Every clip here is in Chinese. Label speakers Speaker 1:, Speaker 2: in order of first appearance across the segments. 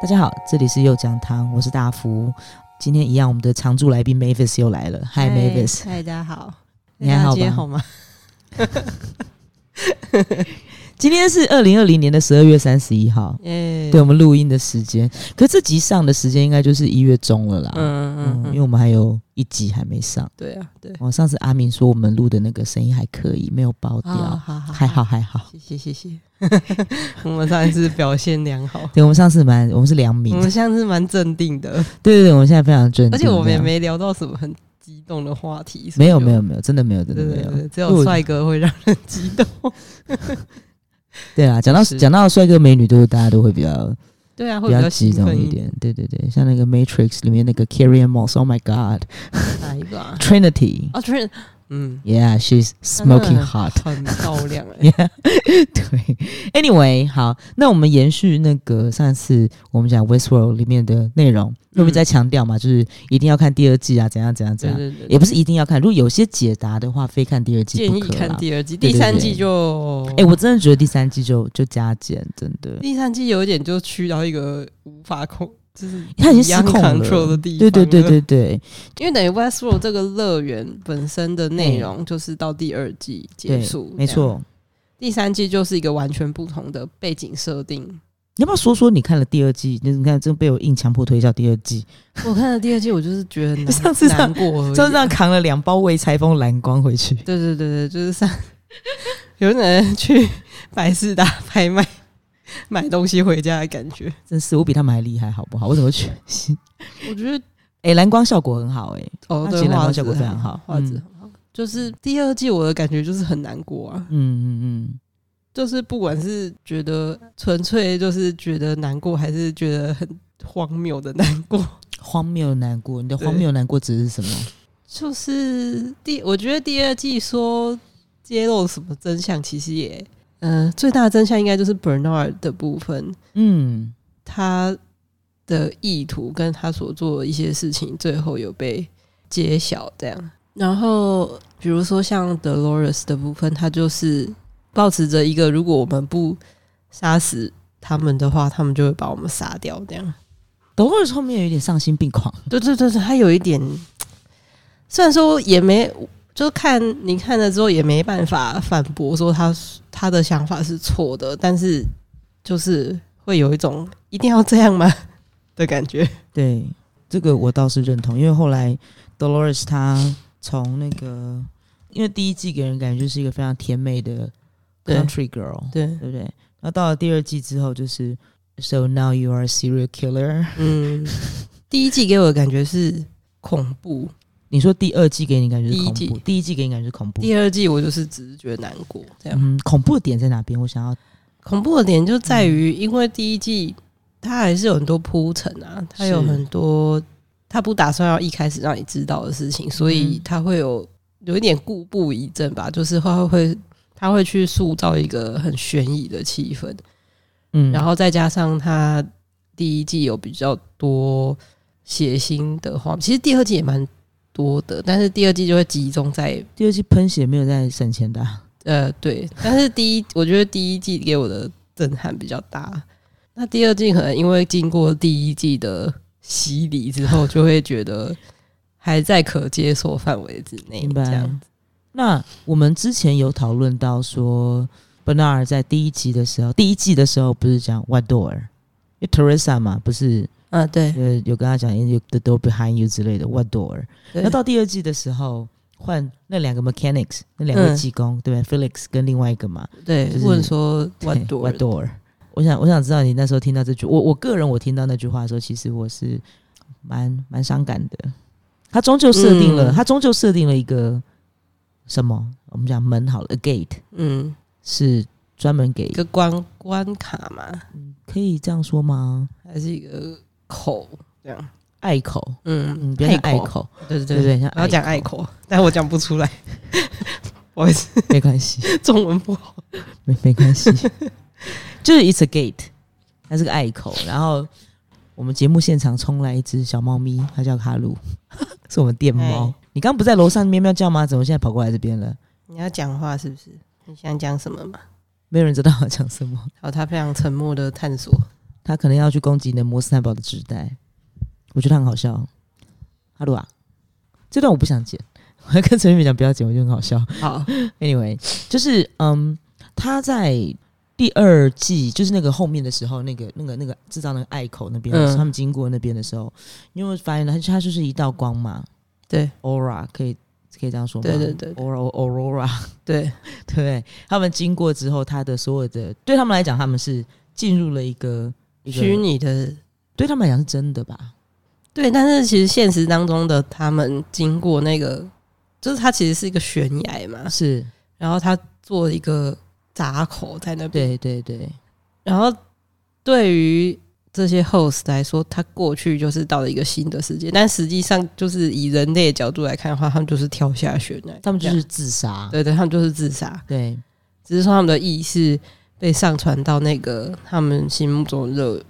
Speaker 1: 大家好，这里是右讲堂，我是大福。今天一样，我们的常驻来宾 Mavis 又来了。Hi Mavis，
Speaker 2: 嗨，大家好，
Speaker 1: 你还好吧
Speaker 2: 大家今天好吗？
Speaker 1: 今天是二零二零年的十二月三十一号，
Speaker 2: 耶，
Speaker 1: 对我啊们录音的时间。可这集上的时间应该就是一月中了啦。嗯
Speaker 2: 嗯嗯
Speaker 1: 因为
Speaker 2: 嗯，
Speaker 1: 我们还有一集还没上。
Speaker 2: 对啊，对，
Speaker 1: 哦，上次阿明说我们录的那个声音还可以，没有爆掉，
Speaker 2: 啊好好，
Speaker 1: 还好，还好。
Speaker 2: 谢谢谢谢， 我们上一次表现良好，
Speaker 1: 对，我们上次蛮，我们是良民，
Speaker 2: 我们像是蛮镇定的，
Speaker 1: 对对对，我们现在非常正，
Speaker 2: 嗯而且我们也
Speaker 1: 这样
Speaker 2: 没聊到什么很激动的话题，
Speaker 1: 没有
Speaker 2: 所以
Speaker 1: 没有没有，真的没有真
Speaker 2: 我，
Speaker 1: 的
Speaker 2: 对
Speaker 1: 没
Speaker 2: 对
Speaker 1: 有，
Speaker 2: 对，只
Speaker 1: 因为
Speaker 2: 有
Speaker 1: 我
Speaker 2: 帅哥会让人激 动，
Speaker 1: 对啊，讲到
Speaker 2: 是
Speaker 1: 讲到帅哥美女，都大家都会比较
Speaker 2: 对啊，会
Speaker 1: 比较激
Speaker 2: 兴
Speaker 1: 动
Speaker 2: 奋
Speaker 1: 一，点。对对对，像那个 Matrix 里面那个 Carrie Moss，Oh my
Speaker 2: 哪一个啊？
Speaker 1: God，Trinity，Yeah，she's
Speaker 2: 哦，嗯突然，嗯。
Speaker 1: smoking
Speaker 2: 真的
Speaker 1: hot。
Speaker 2: 很漂亮哎、
Speaker 1: Yeah，对。Anyway，好，那我们延续那个上次我们讲 Westworld 里面的内容，我们在强调嘛，就是一定要看第二季啊，怎样怎样怎
Speaker 2: 嗯
Speaker 1: 样，
Speaker 2: 对对对，
Speaker 1: 也不是一定要看。如果有些解答的话，非看第二季
Speaker 2: 建
Speaker 1: 不
Speaker 2: 议
Speaker 1: 可
Speaker 2: 看
Speaker 1: 啦。
Speaker 2: 第二季，
Speaker 1: 对对
Speaker 2: 第三
Speaker 1: 对
Speaker 2: 季就
Speaker 1: 哎、我真的觉得第三季就就加减，真的，
Speaker 2: 第三季有一点就去到一个无法控，就是
Speaker 1: 它已经失
Speaker 2: beyond
Speaker 1: 控了
Speaker 2: control 的地方。
Speaker 1: 对对对，对
Speaker 2: 啊
Speaker 1: 对
Speaker 2: 因为等于 Westworld 这个乐园本身的内容就是到第二季结
Speaker 1: 对
Speaker 2: 束，，
Speaker 1: 没
Speaker 2: 这样。
Speaker 1: 错。
Speaker 2: 第三季就是一个完全不同的背景设定。
Speaker 1: 你要不要说说你看了第二季？你看，真被我硬强迫推销第二季，
Speaker 2: 我看了第二季，我就是觉得 很难
Speaker 1: 上次上
Speaker 2: 难过而已啊，
Speaker 1: 就这样扛了两包未拆封蓝光回去。
Speaker 2: 对对对对，就是上 有人去百事达拍卖买东西回家的感觉。
Speaker 1: 真是我比他们还厉害，好不好？我怎么 全新？
Speaker 2: 我觉得
Speaker 1: 哎、蓝光效果很好、哎，
Speaker 2: 哦，
Speaker 1: 它
Speaker 2: 对
Speaker 1: 其实蓝
Speaker 2: 画
Speaker 1: 光
Speaker 2: 质
Speaker 1: 效果非
Speaker 2: 很
Speaker 1: 常好
Speaker 2: 画质
Speaker 1: 嗯
Speaker 2: 很好。就是第二季我的感觉就是很难过啊，
Speaker 1: 嗯嗯
Speaker 2: 就是不管是觉得纯粹就是觉得难过，还是觉得很荒谬的难过，
Speaker 1: 嗯，荒谬难过。你的
Speaker 2: 对
Speaker 1: 荒谬难过指的是什么？
Speaker 2: 就是第我觉得第二季说揭露什么真相，其实也呃最大的真相应该就是 Bernard 的部分，
Speaker 1: 嗯，
Speaker 2: 他的意图跟他所做的一些事情，最后有被揭晓这样。然后比如说像 Dolores 的部分，他就是保持着一个如果我们不杀死他们的话，他们就会把我们杀掉这样。
Speaker 1: 等会儿后面有一点丧心病狂。
Speaker 2: 对对对对，他有一点，虽然说也没。就看你看了之后也没办法反驳说他他的想法是错的，但是就是会有一种一定要这样吗的感觉。
Speaker 1: 对，这个我倒是认同，因为后来 Dolores 她从那个，因为第一季给人感觉就是一个非常甜美的
Speaker 2: 对
Speaker 1: country girl，
Speaker 2: 对，
Speaker 1: 对不对？然后到了第二季之后，就是 So now you are a serial killer。
Speaker 2: 嗯，第一季给我的感觉是恐怖，
Speaker 1: 你说第二季给你感觉是
Speaker 2: 第一
Speaker 1: 恐
Speaker 2: 季
Speaker 1: 怖，第一季给你感觉是恐怖。
Speaker 2: 第二季我就是只是觉得难过。这样、
Speaker 1: 嗯，恐怖的点在哪边？我想要
Speaker 2: 恐怖的点就在于，因为第一季它还是有很多铺陈啊，它有
Speaker 1: 是
Speaker 2: 很多它不打算要一开始让你知道的事情，所以
Speaker 1: 嗯
Speaker 2: 它会有有一点固步一阵吧，就是它会它会去塑造一个很悬疑的气氛。
Speaker 1: 嗯，
Speaker 2: 然
Speaker 1: 后
Speaker 2: 后再加上它第一季有比较多血腥的画面，其实第二季也蛮多的，但是第二季就会集中在
Speaker 1: 第二季喷血没有在省钱的啊、
Speaker 2: 呃对，但是第一我觉得第一季给我的震撼比较大，那第二季可能因为经过第一季的洗礼之后，就会觉得还在可接受范围之内
Speaker 1: 明，
Speaker 2: 这
Speaker 1: 白
Speaker 2: 样子。
Speaker 1: 那我们之前有讨论到说，本纳尔在第一集的时候，第一季的时候不是讲 What door？因为 Teresa 嘛，不是
Speaker 2: 啊，对，
Speaker 1: 呃有跟他讲 you the door behind you 之类的 What door？
Speaker 2: 对
Speaker 1: 那到第二季的时候，换那两个 mechanics，那两位
Speaker 2: 嗯
Speaker 1: 技工，对不对？Felix 跟另外一个嘛，
Speaker 2: 对
Speaker 1: 就是
Speaker 2: 问说 what
Speaker 1: 对
Speaker 2: door
Speaker 1: What door？我想我想知道你那时候听到这句，我我个人我听到那句话的时候，其实我是蛮蛮伤感的。他终究设定了，
Speaker 2: 嗯
Speaker 1: 他终究设定了一个什么？我们讲门好了，a gate
Speaker 2: 嗯，
Speaker 1: 是专门给
Speaker 2: 一个关关卡嘛，
Speaker 1: 可以这样说吗？
Speaker 2: 还是一个口这样。
Speaker 1: 隘口，
Speaker 2: 嗯
Speaker 1: 嗯，不要讲隘
Speaker 2: 爱，
Speaker 1: 口，
Speaker 2: 对对
Speaker 1: 对不对？像
Speaker 2: 我要讲爱
Speaker 1: 口，
Speaker 2: 口，但我讲不出来，不好意思，
Speaker 1: 没关系，
Speaker 2: 中文不好。
Speaker 1: 没没关系， 就是 it's a gate，它是个隘口。然后我们节目现场冲来一只小猫咪，它叫卡鲁， 是我们店猫
Speaker 2: 哎。
Speaker 1: 你刚不在楼上喵喵叫吗？怎么现在跑过来这边了？
Speaker 2: 你要讲话是不是？你想讲什么嘛？
Speaker 1: 没有人知道我讲什么。
Speaker 2: 好，他非常沉默的探索。
Speaker 1: 他可能要去攻击那摩斯汉堡的纸袋，我觉得很好笑。哈鲁啊，这段我不想剪，我要跟陈玉明讲不要剪，我觉得很好笑。
Speaker 2: 好，
Speaker 1: Anyway，就是嗯，他在第二季，就是那个后面的时候，那个那个那个制造那个隘口那边，
Speaker 2: 嗯
Speaker 1: 他们经过那边的时候，你有没有发现它它就是一道光嘛
Speaker 2: 对
Speaker 1: ，aura 可以可以这样说吗？
Speaker 2: 对对对对
Speaker 1: ，aura aurora，
Speaker 2: 对，
Speaker 1: 对不对？他们经过之后，他的所有的对他们来讲，他们是进入了一个一个
Speaker 2: 虚，拟的
Speaker 1: 对他们来讲是真的吧？
Speaker 2: 对，但是其实现实当中的他们经过那个，就是它其实是一个悬崖嘛，
Speaker 1: 是，
Speaker 2: 然后他做一个闸口在那
Speaker 1: 对
Speaker 2: 边，
Speaker 1: 对对，
Speaker 2: 然后对于这些 host 来说，他过去就是到了一个新的世界，但实际上就是以人类的角度来看的话，他们就是跳下悬崖，
Speaker 1: 他们就
Speaker 2: 这
Speaker 1: 是
Speaker 2: 样
Speaker 1: 自杀，
Speaker 2: 对对，他们就是自杀，
Speaker 1: 对
Speaker 2: 只是说他们的意识被上传到那个他们心目中的乐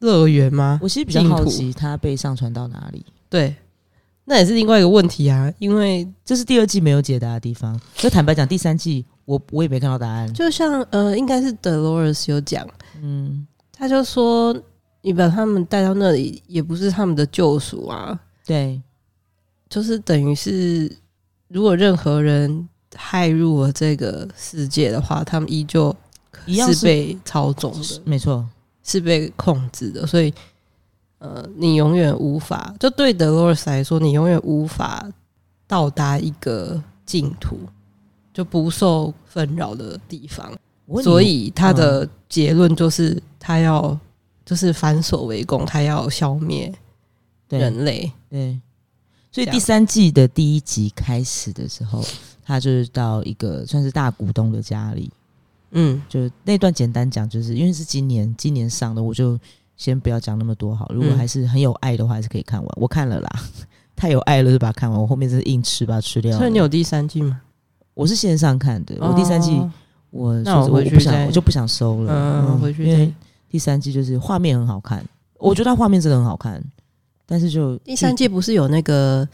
Speaker 2: 乐园吗？
Speaker 1: 我其实比较
Speaker 2: 净
Speaker 1: 好
Speaker 2: 土
Speaker 1: 奇他被上传到哪里。
Speaker 2: 对，那也是另外一个问题啊，因为
Speaker 1: 这是第二季没有解答的地方。所以坦白讲，第三季我我也没看到答案。
Speaker 2: 就像呃，应该是 Dolores 有讲，
Speaker 1: 嗯，
Speaker 2: 他就说你把他们带到那里也不是他们的救赎啊，
Speaker 1: 对，
Speaker 2: 就是等于是如果任何人害入了这个世界的话，他们依旧
Speaker 1: 一样是
Speaker 2: 被操纵的，
Speaker 1: 没错，
Speaker 2: 是被控制的，所以。呃，你永远无法，就对德罗斯来说，你永远无法到达一个净土，就不受纷扰的地方。
Speaker 1: 我问你嗯
Speaker 2: 所以他的结论就是他要就是反锁为攻，他要消灭
Speaker 1: 对
Speaker 2: 人类。
Speaker 1: 对，所以
Speaker 2: 这样
Speaker 1: 第三季的第一集开始的时候，他就是到一个算是大股东的家里，
Speaker 2: 嗯，
Speaker 1: 就那段简单讲，就是因为是今年今年上的，我就先不要讲那么多好。如果
Speaker 2: 嗯
Speaker 1: 还是很有爱的话，还是可以看完。我看了啦， 太有爱了就把它看完。我后面真是硬吃把它吃掉了。
Speaker 2: 所以你有第三季吗？
Speaker 1: 我是线上看的，我第三季
Speaker 2: 哦
Speaker 1: 我
Speaker 2: 那
Speaker 1: 说
Speaker 2: 我
Speaker 1: 实
Speaker 2: 回
Speaker 1: 我
Speaker 2: 去
Speaker 1: 不想，
Speaker 2: 再
Speaker 1: 我就不想收了。
Speaker 2: 嗯回去
Speaker 1: 因为
Speaker 2: 再嗯
Speaker 1: 第三季就是画面很好看，我觉得它画面真的很好看，但是就
Speaker 2: 第三季不是有那个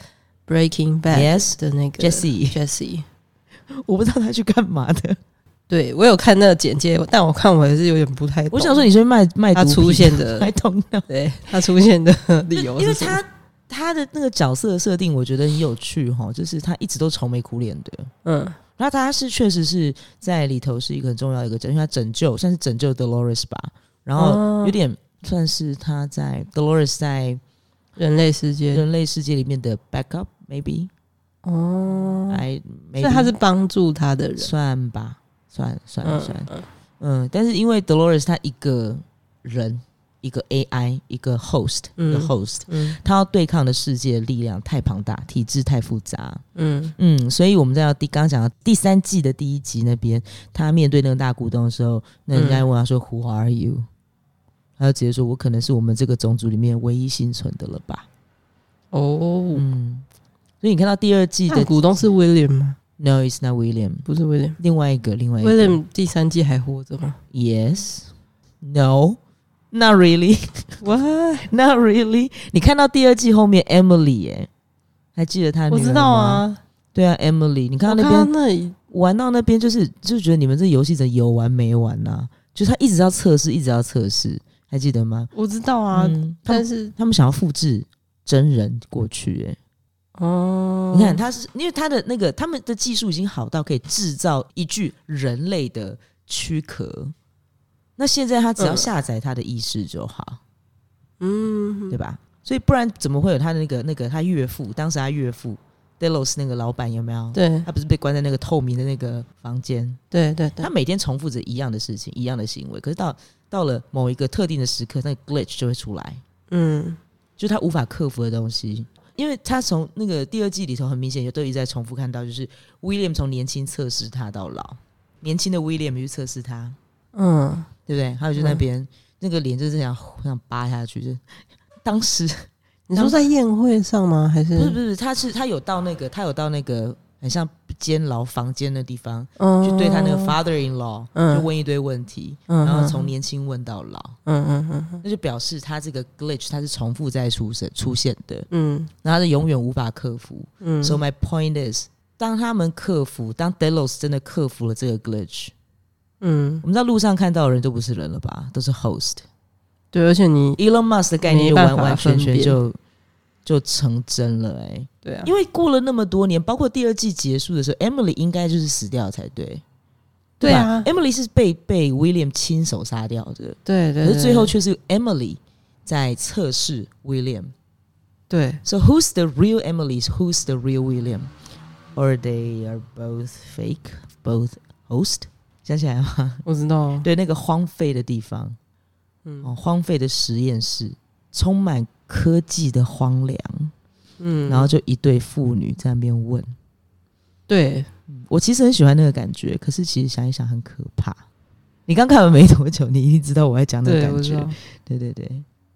Speaker 2: Breaking Bad
Speaker 1: Yes
Speaker 2: 的那个
Speaker 1: Jesse，
Speaker 2: Jesse？
Speaker 1: 我不知道他去干嘛的。
Speaker 2: 对我有看那个简介，但我看我还是有点不太懂。
Speaker 1: 我想说，你是卖卖
Speaker 2: 他
Speaker 1: 毒
Speaker 2: 出
Speaker 1: 品
Speaker 2: 现的，
Speaker 1: ，I don't know
Speaker 2: 对他出现的 理由
Speaker 1: 因为
Speaker 2: 是什么？
Speaker 1: 他他的那个角色设定，我觉得很有趣哈，就是他一直都愁眉苦脸的。
Speaker 2: 嗯，
Speaker 1: 那他是确实是在里头是一个很重要的一个角色，因为他拯救算是拯救 Dolores 吧，然后
Speaker 2: 哦
Speaker 1: 有点算是他在 Dolores 在
Speaker 2: 人类世界
Speaker 1: 人类世界里面的 backup maybe。
Speaker 2: 哦，
Speaker 1: 哎，
Speaker 2: 所
Speaker 1: maybe
Speaker 2: 以他是帮助他的人。
Speaker 1: 算吧，算算
Speaker 2: 嗯
Speaker 1: 算，
Speaker 2: 嗯
Speaker 1: 嗯但是因为 Dolores 他一个人，一个 AI，一个 host，一个
Speaker 2: 嗯
Speaker 1: host，
Speaker 2: 嗯
Speaker 1: 他要对抗的世界力量太庞大，体制太复杂，
Speaker 2: 嗯
Speaker 1: 嗯，所以我们在第刚刚讲到第三季的第一集那边，他面对那个大股东的时候，那人家
Speaker 2: 嗯
Speaker 1: 问他说、Who are you？” 他就直接说：“我可能是我们这个种族里面唯一幸存的了吧。
Speaker 2: 哦，
Speaker 1: 嗯，所以你看到第二季
Speaker 2: 那
Speaker 1: 的
Speaker 2: 股东是 William 吗？
Speaker 1: “No, it's not William”，
Speaker 2: 不是 William。
Speaker 1: 另外一个，另外一个
Speaker 2: William 第三季还活着吗
Speaker 1: Yes. No. Not really.
Speaker 2: 哇，
Speaker 1: Not really. 你看到第二季后面 Emily 耶、还记得她？
Speaker 2: 我知道。啊，
Speaker 1: 对啊，Emily，你看
Speaker 2: 我
Speaker 1: 到那
Speaker 2: 看到
Speaker 1: 边
Speaker 2: 那里，
Speaker 1: 玩到那边，就是就觉得你们这游戏真的有完没完呐、就是他一直要测试，一直要测试，还记得吗？
Speaker 2: 我知道啊，
Speaker 1: 嗯，他
Speaker 2: 但
Speaker 1: 们
Speaker 2: 是
Speaker 1: 他们想要复制真人过去、耶。
Speaker 2: 哦，
Speaker 1: 你看，他是因为他的那个他们的技术已经好到可以制造一具人类的躯壳，那现在他只要
Speaker 2: 嗯
Speaker 1: 下载他的意识就好，
Speaker 2: 嗯，
Speaker 1: 对吧？所以不然怎么会有他的那个那个他岳父？当时他岳父 Delos 那个老板有没有？
Speaker 2: 对
Speaker 1: 他不是被关在那个透明的那个房间，
Speaker 2: 对对对
Speaker 1: 他，每天重复着一样的事情，一样的行为，可是到到了某一个特定的时刻，那个 glitch 就会出来。
Speaker 2: 嗯
Speaker 1: 就是他无法克服的东西。因为他从那个第二季里头很明显，也都一直在重复看到，就是 William 从年轻测试他到老，年轻的 William 去测试他，
Speaker 2: 嗯，
Speaker 1: 对不对？还有就那边、那个脸就是想想扒下去，就是 当时
Speaker 2: 你说在宴会上吗？还是
Speaker 1: 不是不是，他是他有到那个他有到那个很像监牢房间的地方，
Speaker 2: 嗯，
Speaker 1: 就对他那个 father in law、
Speaker 2: 嗯
Speaker 1: 就问一堆问题，
Speaker 2: 嗯
Speaker 1: 然后从年轻问到老，
Speaker 2: 嗯嗯嗯嗯
Speaker 1: 那就表示他这个 glitch 他是重复在出现出现的，
Speaker 2: 嗯
Speaker 1: 然后他是永远无法克服。
Speaker 2: 嗯，
Speaker 1: So my point is，当他们克服，当 Delos 真的克服了这个 glitch，
Speaker 2: 嗯
Speaker 1: 我们在路上看到的人都不是人了吧？都是 host，
Speaker 2: 对，而且你
Speaker 1: Elon Musk 的概念
Speaker 2: 没
Speaker 1: 就
Speaker 2: 办
Speaker 1: 完
Speaker 2: 法
Speaker 1: 完全
Speaker 2: 分
Speaker 1: 全
Speaker 2: 辨
Speaker 1: 就就成真了哎、
Speaker 2: 对啊，
Speaker 1: 因为过了那么多年，包括第二季结束的时候，Emily 应该就是死掉才对。
Speaker 2: 对
Speaker 1: 吧
Speaker 2: 啊，
Speaker 1: ，Emily 是被被 William 亲手杀掉的，
Speaker 2: 对对
Speaker 1: 可
Speaker 2: 对，
Speaker 1: 是最后却是 Emily 在测试 William。
Speaker 2: 对
Speaker 1: So who's the real Emily? Who's the real William? Or they are both fake, both host？想起来 吗？
Speaker 2: 我知道，
Speaker 1: 对，那个荒废的地方，
Speaker 2: 嗯
Speaker 1: 哦，荒废的实验室，充满科技的荒凉，
Speaker 2: 嗯，
Speaker 1: 然后就一对父女在那边问。
Speaker 2: 对
Speaker 1: 我其实很喜欢那个感觉，可是其实想一想很可怕。你刚看完没多久，你一定知道我在讲那个
Speaker 2: 对，
Speaker 1: 感
Speaker 2: 我知
Speaker 1: 觉
Speaker 2: 道。，
Speaker 1: 对对对，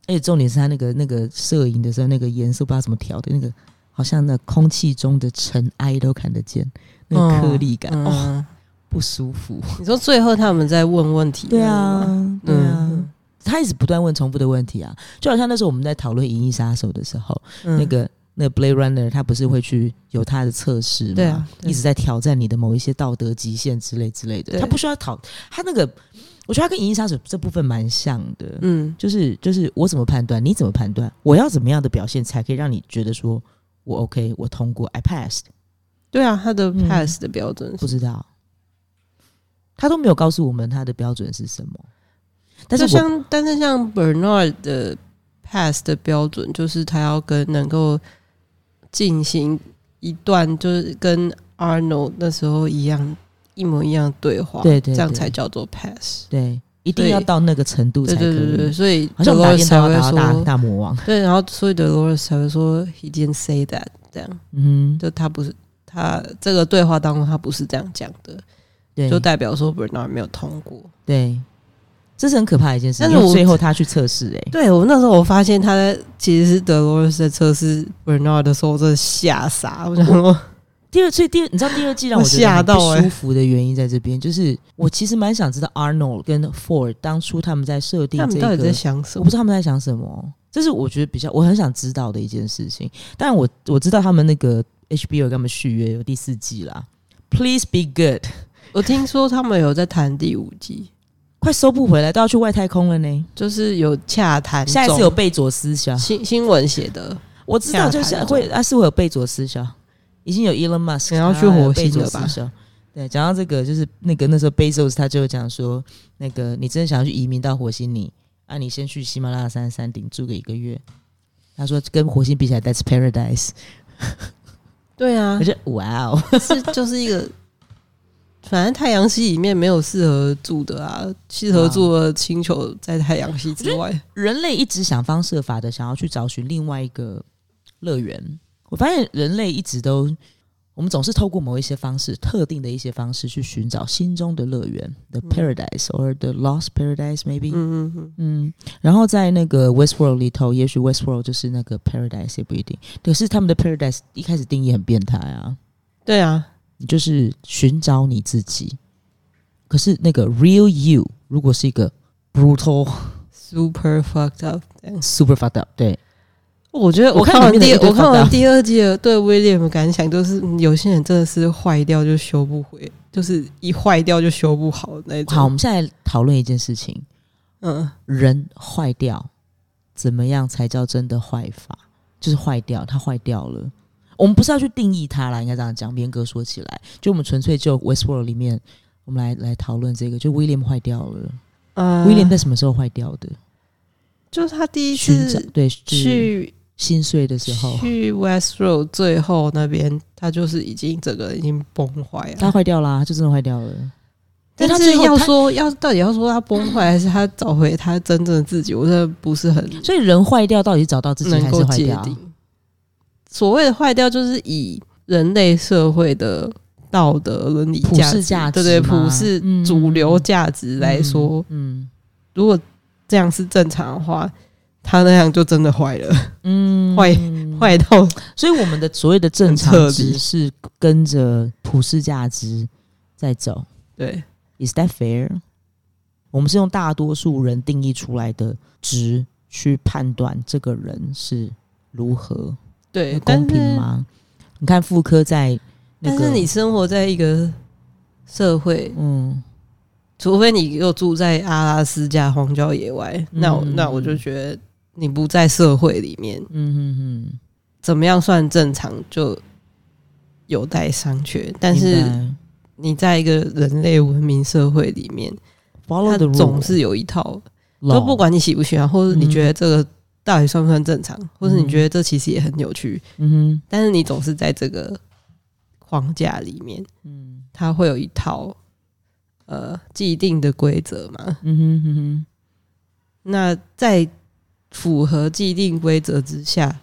Speaker 1: 而且重点是他那个那个摄影的时候，那个颜色不知道怎么调的，那个好像那空气中的尘埃都看得见，那个颗粒感、哦，
Speaker 2: 嗯，
Speaker 1: 不舒服。
Speaker 2: 你说最后他们在问问题，嗯
Speaker 1: 对啊，
Speaker 2: 那
Speaker 1: 对
Speaker 2: 个
Speaker 1: 啊。
Speaker 2: 吗，
Speaker 1: 他一直不断问重复的问题啊，就好像那时候我们在讨论《银翼杀手》的时候，
Speaker 2: 嗯
Speaker 1: 那个那个 Blade Runner 他不是会去有他的测试吗？
Speaker 2: 对啊对
Speaker 1: 一直在挑战你的某一些道德极限之类之类的。
Speaker 2: 对
Speaker 1: 他不需要讨他那个，我觉得他跟《银翼杀手》这部分蛮像的，
Speaker 2: 嗯
Speaker 1: 就是就是我怎么判断，你怎么判断，我要怎么样的表现才可以让你觉得说我 OK，我通过，I passed，
Speaker 2: 对啊，他的
Speaker 1: 嗯
Speaker 2: pass 的标准
Speaker 1: 不
Speaker 2: 是，
Speaker 1: 知道，他都没有告诉我们他的标准是什么，但是
Speaker 2: 就
Speaker 1: 我
Speaker 2: 像但是像 Bernard 的 pass 的标准就是他要跟能够进行一段就是跟 Arnold 那时候一样一模一样的对话，
Speaker 1: 对对
Speaker 2: 这样
Speaker 1: 对
Speaker 2: 才叫做 pass。
Speaker 1: 对一定要
Speaker 2: 对
Speaker 1: 到那个程度才
Speaker 2: 对
Speaker 1: 可
Speaker 2: 对对对，
Speaker 1: 以。
Speaker 2: 所以
Speaker 1: 好像我们打电
Speaker 2: Dolores 才
Speaker 1: 话
Speaker 2: 会
Speaker 1: 打到大
Speaker 2: 说，
Speaker 1: 大魔王，
Speaker 2: 对，然后所以 Dolores 才会说 he didn't say that 这样。
Speaker 1: 嗯哼，
Speaker 2: 就他不是他这个对话当中他不是这样讲的，
Speaker 1: 对，
Speaker 2: 就代表说 Bernard 没有通过。
Speaker 1: 对，这是很可怕的一件事。
Speaker 2: 但
Speaker 1: 情。
Speaker 2: 是
Speaker 1: 因为
Speaker 2: 我
Speaker 1: 最后他去测试，哎，
Speaker 2: 对我那时候我发现他在其实是德罗斯在测试 Bernard 的时候，我真的吓傻，我想说，
Speaker 1: 第二，所以第二，你知道第二季让我觉得
Speaker 2: 我吓到
Speaker 1: 很不
Speaker 2: 欸
Speaker 1: 舒服的原因在这边，就是我其实蛮想知道 Arnold 跟 Ford 当初他们在设定
Speaker 2: 他们
Speaker 1: 这
Speaker 2: 到
Speaker 1: 个
Speaker 2: 底在想什
Speaker 1: 我
Speaker 2: 么
Speaker 1: 不？知道他们在想什么，哦这是我觉得比较我很想知道的一件事情。但我我知道他们那个 HBO 跟他们续约有第四季啦，Please be good，
Speaker 2: 我听说他们有在谈第五季，
Speaker 1: 快收不回来，都要去外太空了呢。
Speaker 2: 就是有洽谈中，
Speaker 1: 下一次有贝佐斯小，
Speaker 2: 新新闻写的，
Speaker 1: 我知道就是
Speaker 2: 下台中
Speaker 1: 会啊，是会有贝佐斯小，已经有 Elon Musk，
Speaker 2: 你要去火星了吧
Speaker 1: 吧？对，讲到这个，就是那个那时候 Bezos 他就讲说，那个你真的想要去移民到火星你，啊，你先去喜马拉雅山山顶住个一个月。他说跟火星比起来，That's paradise。
Speaker 2: 对啊
Speaker 1: 我，觉得哇哦，
Speaker 2: 是就是一个。反正太阳系里面没有适合住的啊，适合住的星球在太阳系之外。
Speaker 1: 人类一直想方设法的想要去找寻另外一个乐园。我发现人类一直都，我们总是透过某一些方式，特定的一些方式去寻找心中的乐园，the
Speaker 2: 嗯
Speaker 1: paradise or the lost paradise maybe。
Speaker 2: 嗯嗯嗯，
Speaker 1: 嗯，然后在那个 Westworld 里头，也许 Westworld 就是那个 paradise 也不一定。可是他们的 paradise 一开始定义很变态啊，
Speaker 2: 对啊，
Speaker 1: 你就是寻找你自己。可是那个 real you 如果是一个 brutal
Speaker 2: super fucked up 这样。
Speaker 1: super fucked up，对，
Speaker 2: 我觉得
Speaker 1: 我
Speaker 2: 我
Speaker 1: 看
Speaker 2: 看完
Speaker 1: 里面的
Speaker 2: 第
Speaker 1: 一堆
Speaker 2: 我看
Speaker 1: fucked
Speaker 2: 完
Speaker 1: up
Speaker 2: 第二季的对威廉的感想就是，嗯有些人真的是坏掉就修不回，就是一坏掉就修不好的那种。
Speaker 1: 好，我，们现在讨论一件事情：
Speaker 2: 嗯，
Speaker 1: 人坏掉，怎么样才叫真的坏法？就是坏掉，它坏掉了。我们不是要去定义它啦，应该这样讲。严格说起来，就我们纯粹就 Westworld 里面，我们来来讨论这个，就 William 坏掉了。
Speaker 2: 呃
Speaker 1: William 在什么时候坏掉的？
Speaker 2: 就是他第一
Speaker 1: 寻找
Speaker 2: 次
Speaker 1: 对去
Speaker 2: 去
Speaker 1: 心碎的时候，
Speaker 2: 去 West Road 最后那边，他就是已经整个已经崩坏
Speaker 1: 他
Speaker 2: 了。
Speaker 1: 坏掉啦，他就真的坏掉了。
Speaker 2: 但
Speaker 1: 他
Speaker 2: 是
Speaker 1: 最后
Speaker 2: 要
Speaker 1: 他
Speaker 2: 说要到底要说他崩坏，还是他找回他真正的自己，我真的不是很
Speaker 1: 所以人坏掉到底是找到自己
Speaker 2: 能
Speaker 1: 还
Speaker 2: 够
Speaker 1: 是坏
Speaker 2: 界
Speaker 1: 掉？啊
Speaker 2: 定。所谓的坏掉，就是以人类社会的道德伦理
Speaker 1: 普
Speaker 2: 价
Speaker 1: 世
Speaker 2: 值，
Speaker 1: 价值
Speaker 2: 对对，
Speaker 1: 吗
Speaker 2: 普世
Speaker 1: 嗯
Speaker 2: 主流价值来说，
Speaker 1: 嗯
Speaker 2: 如果这样是正常的话，他那样就真的坏了，
Speaker 1: 嗯，
Speaker 2: 坏坏到
Speaker 1: 所以我们的所谓的正
Speaker 2: 很彻
Speaker 1: 常
Speaker 2: 底
Speaker 1: 值是跟着普世价值在走。
Speaker 2: 对
Speaker 1: Is that fair？我们是用大多数人定义出来的值去判断这个人是如何
Speaker 2: 对，但
Speaker 1: 公
Speaker 2: 是
Speaker 1: 平吗？你看妇科在那
Speaker 2: 但
Speaker 1: 个，
Speaker 2: 是你生活在一个社会，
Speaker 1: 嗯，
Speaker 2: 除非你又住在阿拉斯加荒郊野外，那我那我就觉得你不在社会里面，
Speaker 1: 嗯哼哼，
Speaker 2: 怎么样算正常就有待商榷。但是
Speaker 1: 明白
Speaker 2: 你在一个人类文明社会里面，
Speaker 1: follow
Speaker 2: 它
Speaker 1: the
Speaker 2: 总
Speaker 1: rule
Speaker 2: 是有一套，
Speaker 1: law，
Speaker 2: 都不管你喜不喜欢，或者你
Speaker 1: 嗯
Speaker 2: 觉得这个到底算不算正常，或者你
Speaker 1: 嗯
Speaker 2: 觉得这其实也很有趣，
Speaker 1: 嗯
Speaker 2: 但是你总是在这个框架里面，
Speaker 1: 哼，嗯
Speaker 2: 它会有一套呃既定的规则嘛。
Speaker 1: 嗯哼嗯哼，
Speaker 2: 那在符合既定规则之下，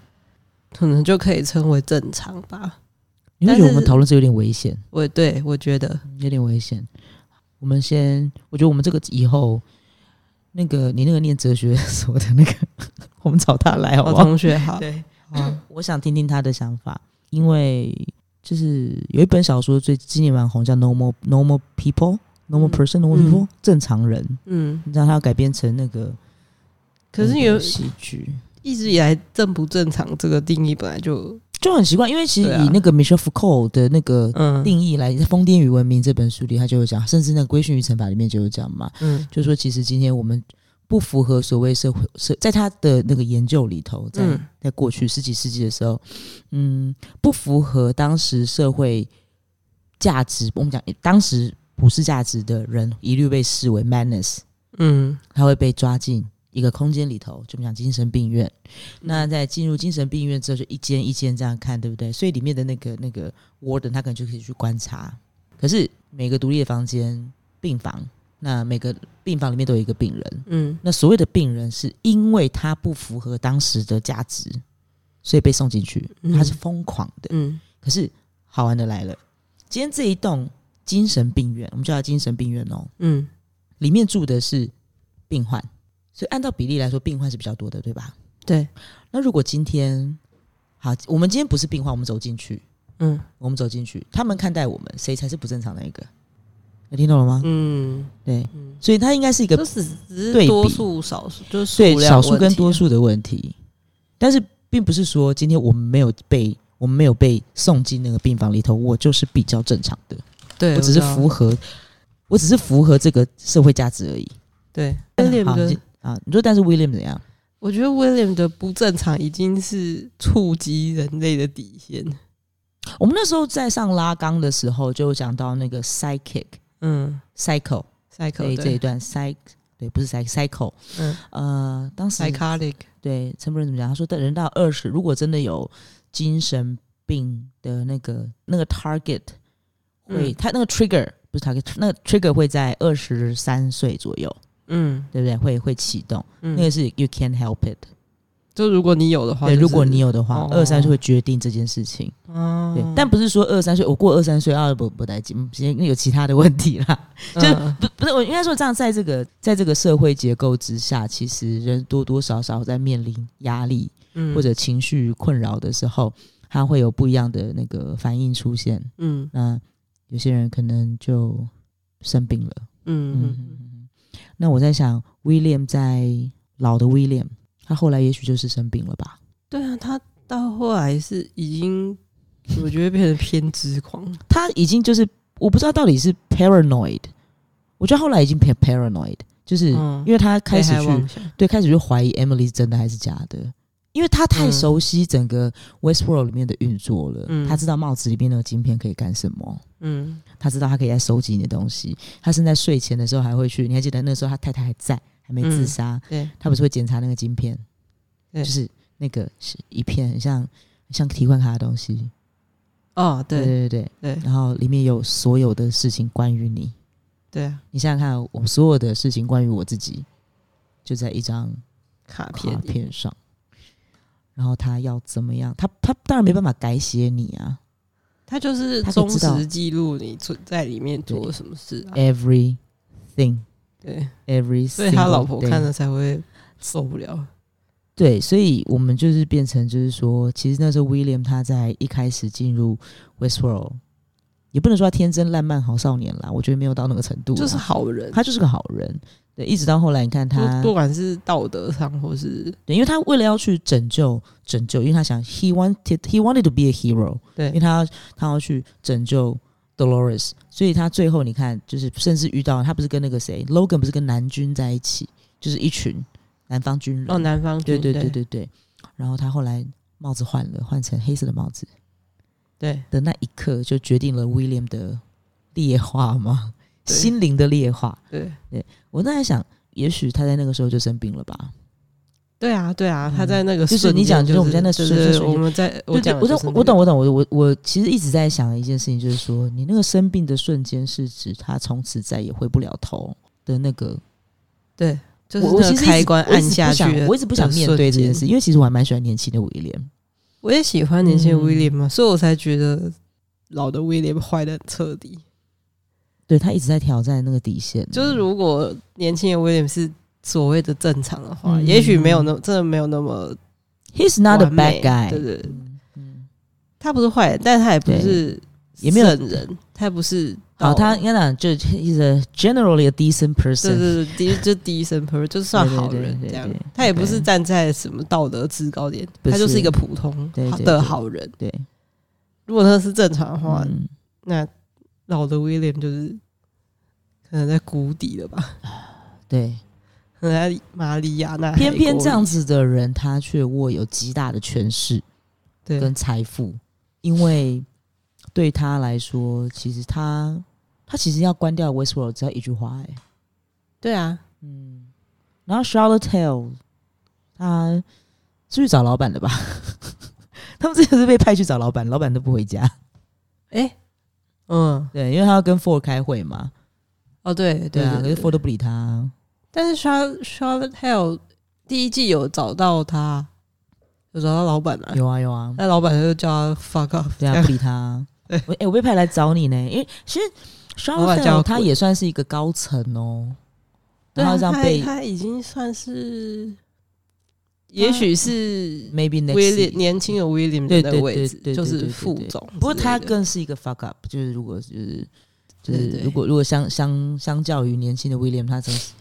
Speaker 2: 可能就可以称为正常吧。
Speaker 1: 你会
Speaker 2: 但
Speaker 1: 觉得我们
Speaker 2: 是
Speaker 1: 讨论这有点危险，
Speaker 2: 我对我觉得
Speaker 1: 有点危险。我们先，我觉得我们这个以后，那个你那个念哲学什么的那个， 我们找他来好
Speaker 2: 我
Speaker 1: 不好？哦
Speaker 2: 同学好，
Speaker 1: 对，好，
Speaker 2: 嗯
Speaker 1: 我想听听他的想法，因为就是有一本小说最今年蛮红，叫《Normal Normal People》，Normal
Speaker 2: 嗯
Speaker 1: Person Normal
Speaker 2: 嗯
Speaker 1: People、正常人，
Speaker 2: 嗯，
Speaker 1: 你知道他要改编成那个，
Speaker 2: 可是
Speaker 1: 那
Speaker 2: 有
Speaker 1: 个喜剧。
Speaker 2: 一直以来正不正常这个定义本来就
Speaker 1: 就很奇怪，因为其实
Speaker 2: 对啊
Speaker 1: 以那个 Michel Foucault 的那个
Speaker 2: 嗯
Speaker 1: 定义来，在《疯癫与文明》这本书里，他就有讲，甚至那个《规训与惩罚》里面就有讲嘛，
Speaker 2: 嗯
Speaker 1: 就说其实今天我们不符合所谓社会社，在他的那个研究里头，在、
Speaker 2: 嗯
Speaker 1: 在过去十几世纪的时候，嗯，不符合当时社会价值，我们讲当时普世价值的人，一律被视为 madness，
Speaker 2: 嗯
Speaker 1: 他会被抓进一个空间里头，就我们讲精神病院。那在进入精神病院之后，就一间一间这样看，对不对？所以里面的那个那个 warden 他可能就可以去观察。可是每个独立的房间病房，那每个病房里面都有一个病人。
Speaker 2: 嗯
Speaker 1: 那所谓的病人，是因为他不符合当时的价值，所以被送进去。
Speaker 2: 嗯
Speaker 1: 他是疯狂的。
Speaker 2: 嗯
Speaker 1: 可是好玩的来了，今天这一栋精神病院，我们叫它精神病院哦，
Speaker 2: 嗯
Speaker 1: 里面住的是病患，所以按照比例来说，病患是比较多的，对吧？
Speaker 2: 对
Speaker 1: 那如果今天，好，我们今天不是病患，我们走进去，
Speaker 2: 嗯
Speaker 1: 我们走进去，他们看待我们，谁才是不正常的一个？你听懂了吗？
Speaker 2: 嗯
Speaker 1: 对，
Speaker 2: 嗯，
Speaker 1: 所以它应该是一个
Speaker 2: 就只只
Speaker 1: 对
Speaker 2: 是
Speaker 1: 比
Speaker 2: 多数少数就是
Speaker 1: 对
Speaker 2: 数量
Speaker 1: 少数
Speaker 2: 问
Speaker 1: 跟
Speaker 2: 题
Speaker 1: 多
Speaker 2: 啊，
Speaker 1: 数的问题，但是并不是说今天我们没有被我们没有被送进那个病房里头，我就是比较正常的，
Speaker 2: 对，
Speaker 1: 我只是
Speaker 2: 知道
Speaker 1: 符合，我只是符合这个社会价值而已。
Speaker 2: 对 William
Speaker 1: 好
Speaker 2: 的
Speaker 1: 你啊，你说但是 William 怎样？
Speaker 2: 我觉得 William 的不正常已经是触及人类的底线。
Speaker 1: 我们那时候在上拉缸的时候，就有讲到那个 psychic。
Speaker 2: 嗯
Speaker 1: psycho 这
Speaker 2: ，psycho
Speaker 1: 一这一
Speaker 2: 对
Speaker 1: 段 psy 对不是 psy psycho
Speaker 2: 嗯
Speaker 1: 呃当时
Speaker 2: ，psychotic
Speaker 1: 对陈夫人怎么讲？他说等人到二十，如果真的有精神病的那个那个 target 会、
Speaker 2: 嗯
Speaker 1: 他那个 trigger 不是 target 那个 trigger 会在二十三岁左右，
Speaker 2: 嗯。
Speaker 1: 对不对？会会启动，
Speaker 2: 嗯
Speaker 1: 那个是 you can't help it。
Speaker 2: 就如果你有的话，
Speaker 1: 对，
Speaker 2: 就是
Speaker 1: 如果你有的话
Speaker 2: 哦，
Speaker 1: 二三岁会决定这件事情。
Speaker 2: 哦
Speaker 1: 对，但不是说二三岁我过二三岁啊不不带劲，嗯因为有其他的问题啦。就是
Speaker 2: 嗯
Speaker 1: 不不是我应该说这样，在这个在这个社会结构之下，其实人多多少少在面临压力
Speaker 2: 嗯
Speaker 1: 或者情绪困扰的时候，他会有不一样的那个反应出现。
Speaker 2: 嗯
Speaker 1: 那有些人可能就生病了。
Speaker 2: 嗯
Speaker 1: 嗯
Speaker 2: 嗯
Speaker 1: 那我在想，William 在老的 William，他后来也许就是生病了吧？
Speaker 2: 对啊，他到后来是已经，我觉得变成偏执狂，
Speaker 1: 他已经就是我不知道到底是 paranoid，我觉得后来已经 par- paranoid，就是
Speaker 2: 嗯
Speaker 1: 因为他开始
Speaker 2: 被害
Speaker 1: 去。
Speaker 2: 妄想
Speaker 1: 对，开始就怀疑 Emily 是真的还是假的，因为他太
Speaker 2: 嗯
Speaker 1: 熟悉整个 Westworld 里面的运作了，
Speaker 2: 嗯
Speaker 1: 他知道帽子里面那个晶片可以干什么，
Speaker 2: 嗯
Speaker 1: 他知道他可以来收集你的东西，他甚至在睡前的时候还会去，你还记得那时候他太太还在，还没自
Speaker 2: 嗯
Speaker 1: 杀，
Speaker 2: 对，
Speaker 1: 他不是会检查那个晶片，就
Speaker 2: 对
Speaker 1: 是那个是一片很像像提款卡的东西，
Speaker 2: 哦对
Speaker 1: 对对
Speaker 2: 对
Speaker 1: 然后里面有所有的事情关于你，
Speaker 2: 对啊，
Speaker 1: 你想想看，我所有的事情关于我自己，就在一张
Speaker 2: 卡
Speaker 1: 卡
Speaker 2: 片
Speaker 1: 片上，然后他要怎么样？他他当然没办法改写你啊、
Speaker 2: 他就是
Speaker 1: 他可以
Speaker 2: 忠
Speaker 1: 知道
Speaker 2: 实记录你存在里面做了什么事啊，
Speaker 1: e v e r y t h i n g 哎
Speaker 2: 对，
Speaker 1: every，
Speaker 2: 所以他老婆
Speaker 1: single day
Speaker 2: 看了才会受不了，
Speaker 1: 对，所以我们就是变成就是说，其实那时候 William 他在一开始进入 Westworld，也不能说他天真烂漫好少年啦，我觉得没有到那个程度啦，
Speaker 2: 就是好人，
Speaker 1: 他就是个好人。对，一直到后来，你看他
Speaker 2: 不不管是道德上或是
Speaker 1: 对，因为他为了要去拯救拯救，因为他想 he wanted he wanted to be a hero，因为
Speaker 2: 对
Speaker 1: 他要他要去拯救 Dolores，所以他最后你看，就是甚至遇到他不是跟那个谁 Logan 不是跟南军在一起，就是一群南方军人。
Speaker 2: 哦，南方
Speaker 1: 对对
Speaker 2: 军
Speaker 1: 对
Speaker 2: 对
Speaker 1: 对对。然后他后来帽子换了，换成黑色的帽子
Speaker 2: 对
Speaker 1: 的那一刻，就决定了 William 的劣化嘛，
Speaker 2: 对
Speaker 1: 心灵的劣化。
Speaker 2: 对
Speaker 1: 我在想，也许他在那个时候就生病了吧。
Speaker 2: 对啊对啊，他
Speaker 1: 嗯
Speaker 2: 在那个
Speaker 1: 就是
Speaker 2: 瞬
Speaker 1: 你
Speaker 2: 间
Speaker 1: 讲就是我们在那
Speaker 2: 对
Speaker 1: 瞬间
Speaker 2: 对对
Speaker 1: 瞬
Speaker 2: 我
Speaker 1: 间
Speaker 2: 们在我
Speaker 1: 对对
Speaker 2: 讲
Speaker 1: 我
Speaker 2: 的就是
Speaker 1: 懂，我懂，我懂。我的我我其实一直在想一件事情，就是说，你那个生病的瞬间，是指他从此再也回不了头的那个
Speaker 2: 那个，就是
Speaker 1: 我我
Speaker 2: 那
Speaker 1: 其
Speaker 2: 个
Speaker 1: 实一直
Speaker 2: 开关
Speaker 1: 我一
Speaker 2: 按
Speaker 1: 直不
Speaker 2: 下
Speaker 1: 想
Speaker 2: 去的
Speaker 1: 我一直不想
Speaker 2: 的
Speaker 1: 面
Speaker 2: 瞬
Speaker 1: 对这件
Speaker 2: 间
Speaker 1: 事，因为其实我还蛮喜欢年轻的威廉。
Speaker 2: 我也喜欢年轻的
Speaker 1: 嗯
Speaker 2: 威廉嘛，啊所以我才觉得老的威廉坏的很彻底。
Speaker 1: 嗯对他一直在挑战那个底线，
Speaker 2: 就是如果年轻的威廉是所谓的正常的话，
Speaker 1: 嗯
Speaker 2: 也许没有那真的没有那么
Speaker 1: he's not a
Speaker 2: 完美
Speaker 1: bad guy，
Speaker 2: 对对对
Speaker 1: 嗯嗯
Speaker 2: 他不是坏人，但他也不是
Speaker 1: 也没有
Speaker 2: 圣人，他也不是
Speaker 1: 好，
Speaker 2: 到
Speaker 1: 他应该讲就 he's a generally a decent
Speaker 2: 对
Speaker 1: person，
Speaker 2: 对对低就低生 p e r 就是算好
Speaker 1: 对对
Speaker 2: 人
Speaker 1: 对对
Speaker 2: 这样
Speaker 1: 对对，
Speaker 2: 他也不是站在什么道德制高点，
Speaker 1: 不
Speaker 2: 他
Speaker 1: 是
Speaker 2: 就是一个普通
Speaker 1: 对对
Speaker 2: 的
Speaker 1: 对
Speaker 2: 好人。
Speaker 1: 对，
Speaker 2: 如果他是正常的话，
Speaker 1: 嗯
Speaker 2: 那老的威廉就是可能在谷底了吧。
Speaker 1: 对，
Speaker 2: 很爱马里亚纳，
Speaker 1: 偏偏这样，子的人，他却握有极大的权势
Speaker 2: 对
Speaker 1: 跟财富，因为对他来说，其实他他其实要关掉 Westworld 只要一句话、欸，
Speaker 2: 对啊，
Speaker 1: 嗯，然后 Charlotte Tell 他是去找老板的吧？ 他们之前是被派去找老板，老板都不回家，
Speaker 2: 哎、嗯，
Speaker 1: 对，因为他要跟 Ford 开会嘛，
Speaker 2: 哦，对对
Speaker 1: 对啊啊，可
Speaker 2: 对
Speaker 1: 是
Speaker 2: 对
Speaker 1: Ford 都不理他，
Speaker 2: 但是 Char- Charlotte Hill 第一季有找到他，有找到老板嘛？
Speaker 1: 有啊有啊，
Speaker 2: 那老板就叫他 fuck off，
Speaker 1: 对啊，不理 他。我
Speaker 2: 对
Speaker 1: 哎、我被派来找你呢，因为其实 s h a
Speaker 2: 老
Speaker 1: r
Speaker 2: 板叫
Speaker 1: l
Speaker 2: 我
Speaker 1: 他
Speaker 2: 滚
Speaker 1: 也算是一个高层哦，
Speaker 2: 对
Speaker 1: 然
Speaker 2: 啊
Speaker 1: 后这样
Speaker 2: 他
Speaker 1: 被
Speaker 2: 他已经算是，也许是
Speaker 1: maybe next
Speaker 2: 威廉
Speaker 1: year
Speaker 2: 年轻的威廉的
Speaker 1: 对
Speaker 2: 那
Speaker 1: 对
Speaker 2: 个位
Speaker 1: 对
Speaker 2: 置，
Speaker 1: 对
Speaker 2: 就
Speaker 1: 对
Speaker 2: 是
Speaker 1: 对对
Speaker 2: 副
Speaker 1: 对
Speaker 2: 总之类的。
Speaker 1: 不过他更是一个 fuck up，就是如果就是就是
Speaker 2: 对对
Speaker 1: 如果如果相相相较于年轻的 William，他真是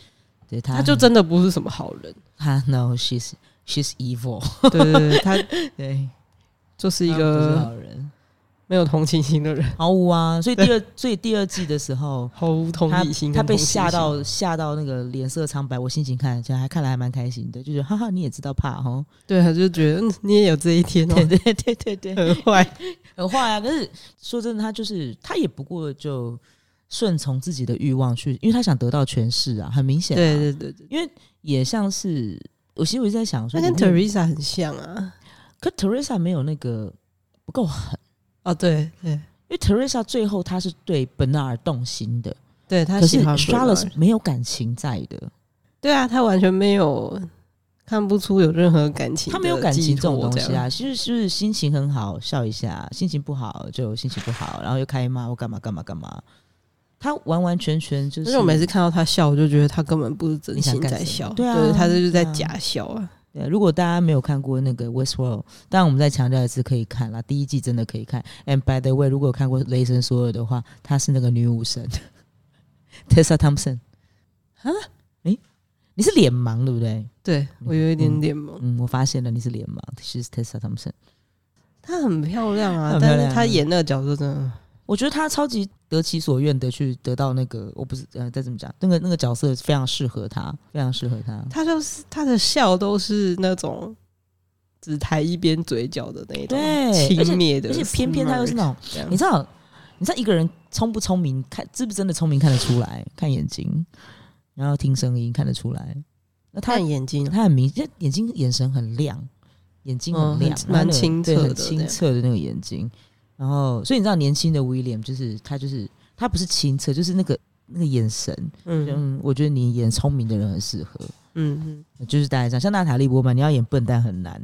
Speaker 1: 对他
Speaker 2: 他就真的不是什么好人，
Speaker 1: 他 no she's she's evil，
Speaker 2: 对对 对，他
Speaker 1: 对，
Speaker 2: 就是
Speaker 1: 是
Speaker 2: 一
Speaker 1: 不是
Speaker 2: 个
Speaker 1: 好人，
Speaker 2: 没有同情心的人，
Speaker 1: 毫无啊。所以第二 所以第二季的时候，
Speaker 2: 毫无同
Speaker 1: 他
Speaker 2: 理心跟
Speaker 1: 他被
Speaker 2: 同情
Speaker 1: 吓
Speaker 2: 心
Speaker 1: 到吓到那个脸色苍白，我心情看起来还看来还蛮开心的，就觉得哈哈你也知道怕哦哈，
Speaker 2: 对，他就觉得嗯你也有这一天哦，
Speaker 1: 对对对对对，
Speaker 2: 很坏。
Speaker 1: 很坏啊。可是说真的，他就是他也不过就顺从自己的欲望去，因为他想得到权势啊，很明显、啊。
Speaker 2: 对对对对，
Speaker 1: 也像是我其实我一直在想说
Speaker 2: 他，跟
Speaker 1: 里面
Speaker 2: Teresa 很像啊。
Speaker 1: 可 Teresa 没有那个不够狠，
Speaker 2: 哦，对对
Speaker 1: 因为 Teresa 最后她是对本纳尔动心的，
Speaker 2: 对，他
Speaker 1: 可是
Speaker 2: 喜欢
Speaker 1: s h a r l o
Speaker 2: Bernard
Speaker 1: t 是没有感情在的，
Speaker 2: 对啊，他完全没有看不出有任何感情，
Speaker 1: 她没有感情这种东西啊，。其实就是心情很好笑一下，心情不好就心情不好，然后又开骂或干嘛干嘛干嘛，她完完全全就
Speaker 2: 但
Speaker 1: 是
Speaker 2: 是我每次看到他笑，我就觉得他根本不是真
Speaker 1: 你想
Speaker 2: 心
Speaker 1: 干
Speaker 2: 在
Speaker 1: 什么
Speaker 2: 笑，
Speaker 1: 对啊
Speaker 2: 他就是在
Speaker 1: 对啊
Speaker 2: 假笑啊。
Speaker 1: 对，如果大家没有看过那个 Westworld，当然我们再强调一次，可以看啦，第一季真的可以看。And by the way，如果有看过《雷神索尔》的话，她是那个女武神 Tessa Thompson 啊？诶，你是脸盲对不对？
Speaker 2: 对我有一点
Speaker 1: 嗯
Speaker 2: 点懵，
Speaker 1: 嗯，我发现了你是脸盲，是 Tessa Thompson。
Speaker 2: 她很漂亮啊
Speaker 1: 很，漂
Speaker 2: 但
Speaker 1: 亮
Speaker 2: 是她
Speaker 1: 啊
Speaker 2: 演那个角色真的
Speaker 1: 我觉得她超级得其所愿的去得到那个，我不是呃，再怎么讲，那个那个角色非常适合她，非常适合她。
Speaker 2: 他就是他的笑都是那种只抬一边嘴角的那种
Speaker 1: 对
Speaker 2: 轻
Speaker 1: 而且
Speaker 2: 蔑的
Speaker 1: 而
Speaker 2: smirk，
Speaker 1: 且偏偏她又是那种，
Speaker 2: 这样
Speaker 1: 你知道，你知道一个人聪不聪明，看是不是真的聪明看得出来，看眼睛，然后听声音看得出来。那他
Speaker 2: 看眼睛，
Speaker 1: 他很明，显，眼睛眼神很亮，眼睛
Speaker 2: 嗯
Speaker 1: 很亮，
Speaker 2: 很
Speaker 1: 然后那
Speaker 2: 蛮
Speaker 1: 个
Speaker 2: 清
Speaker 1: 对
Speaker 2: 澈的
Speaker 1: 很
Speaker 2: 这
Speaker 1: 清
Speaker 2: 样
Speaker 1: 澈的那个眼睛。然后，所以你知道，年轻的 William 就是他，就是他不是清澈，就是那个那个眼神。
Speaker 2: 嗯
Speaker 1: 嗯，我觉得你演聪明的人很适合，
Speaker 2: 嗯，
Speaker 1: 就是大家讲，像娜塔莉波曼，你要演笨蛋很难，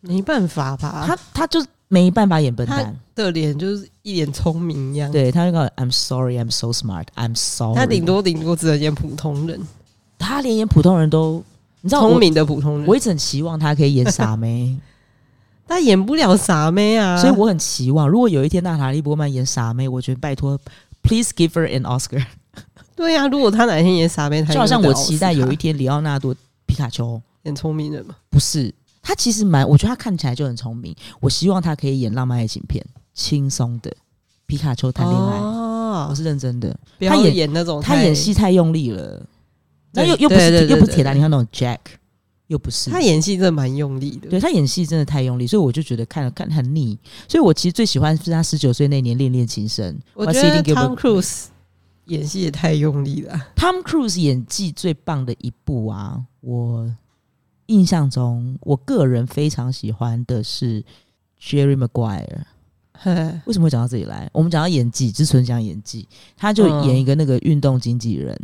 Speaker 2: 没办法吧？
Speaker 1: 他他就没办法演笨蛋。
Speaker 2: 的脸就是一脸聪明一样，
Speaker 1: 对，他就告诉我 I'm sorry, I'm so smart, I'm sorry。
Speaker 2: 他顶多顶多只能演普通人，
Speaker 1: 他连演普通人都，你知道
Speaker 2: 聪
Speaker 1: 我，
Speaker 2: 明的普通人。
Speaker 1: 我一直很期望他可以演傻妹，
Speaker 2: 他演不了傻妹 啊，
Speaker 1: 所以我很期望，如果有一天娜塔莉波曼演傻妹，我觉得拜托，please give her an Oscar，
Speaker 2: 对呀、如果他哪天演傻妹，他
Speaker 1: 就好像
Speaker 2: 应该
Speaker 1: 我
Speaker 2: 得奥斯
Speaker 1: 期待有一
Speaker 2: 卡
Speaker 1: 天里奥纳多皮卡丘
Speaker 2: 啊演聪明人嘛，
Speaker 1: 不是他，其实蛮，我觉得他看起来就很聪明，我希望他可以演浪漫爱情片，轻松的，皮卡丘谈恋爱，我
Speaker 2: 哦，
Speaker 1: 是认真的。
Speaker 2: 不要
Speaker 1: 他演
Speaker 2: 演那种
Speaker 1: 他
Speaker 2: 太
Speaker 1: 演，戏太用力了，那
Speaker 2: 对
Speaker 1: 又又不
Speaker 2: 对对
Speaker 1: 是
Speaker 2: 对
Speaker 1: 又不
Speaker 2: 对
Speaker 1: 是铁达尼号那种 Jack，又不是
Speaker 2: 他演戏真的蛮用力的。
Speaker 1: 对他演戏真的太用力，所以我就觉得看了看很腻。所以我其实最喜欢是他十九岁那年《恋恋情深》，
Speaker 2: 我
Speaker 1: 把
Speaker 2: 觉
Speaker 1: Celine
Speaker 2: 得
Speaker 1: Gilbert-
Speaker 2: Tom Cruise 演戏也太用力了。
Speaker 1: Tom Cruise 演技最棒的一部啊，我印象中我个人非常喜欢的是 Jerry Maguire。
Speaker 2: 嘿
Speaker 1: 为什么会讲到这里来？我们讲到演技，只纯讲演技，他就
Speaker 2: 嗯
Speaker 1: 演一个那个运动经纪人，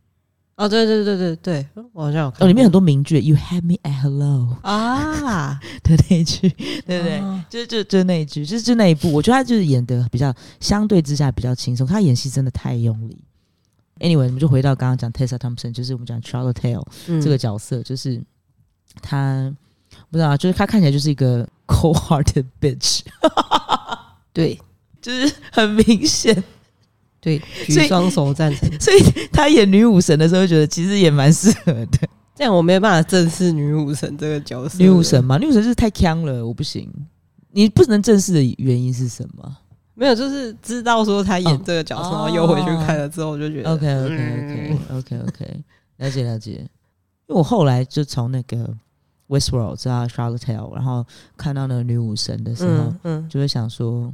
Speaker 2: 哦，对对对对对，嗯我好像有看过
Speaker 1: 哦，里面很多名句，You had me at hello
Speaker 2: 啊，
Speaker 1: 的那一句， 对不对？
Speaker 2: 哦
Speaker 1: 就就就那一句，就是就那一部，我觉得他就是演的比较相对之下比较轻松，他演戏真的太用力。Anyway，我们就回到刚刚讲 Tessa Thompson，就是我们讲 Charlotte Taylor
Speaker 2: 嗯
Speaker 1: 这个角色，就是他不知道啊，就是他看起来就是一个 cold-hearted bitch，
Speaker 2: 对
Speaker 1: 就是很明显。
Speaker 2: 对，举
Speaker 1: 所以
Speaker 2: 双手赞成。
Speaker 1: 所以他演女武神的时候，觉得其实也蛮适合的。
Speaker 2: 这样我没有办法正视女武神这个角色。
Speaker 1: 女武神嘛，女武神就是太强了，我不行。你不能正视的原因是什么
Speaker 2: 没有，就是知道说她演这个角色，然后又回去
Speaker 1: 哦
Speaker 2: 看了之后，我就觉得嗯
Speaker 1: ？OK OK OK OK OK，了解了解。因为我后来就从那个 Westworld 知道 Charlotte Tale，然后看到那个女武神的时候，
Speaker 2: 嗯嗯，
Speaker 1: 就会想说，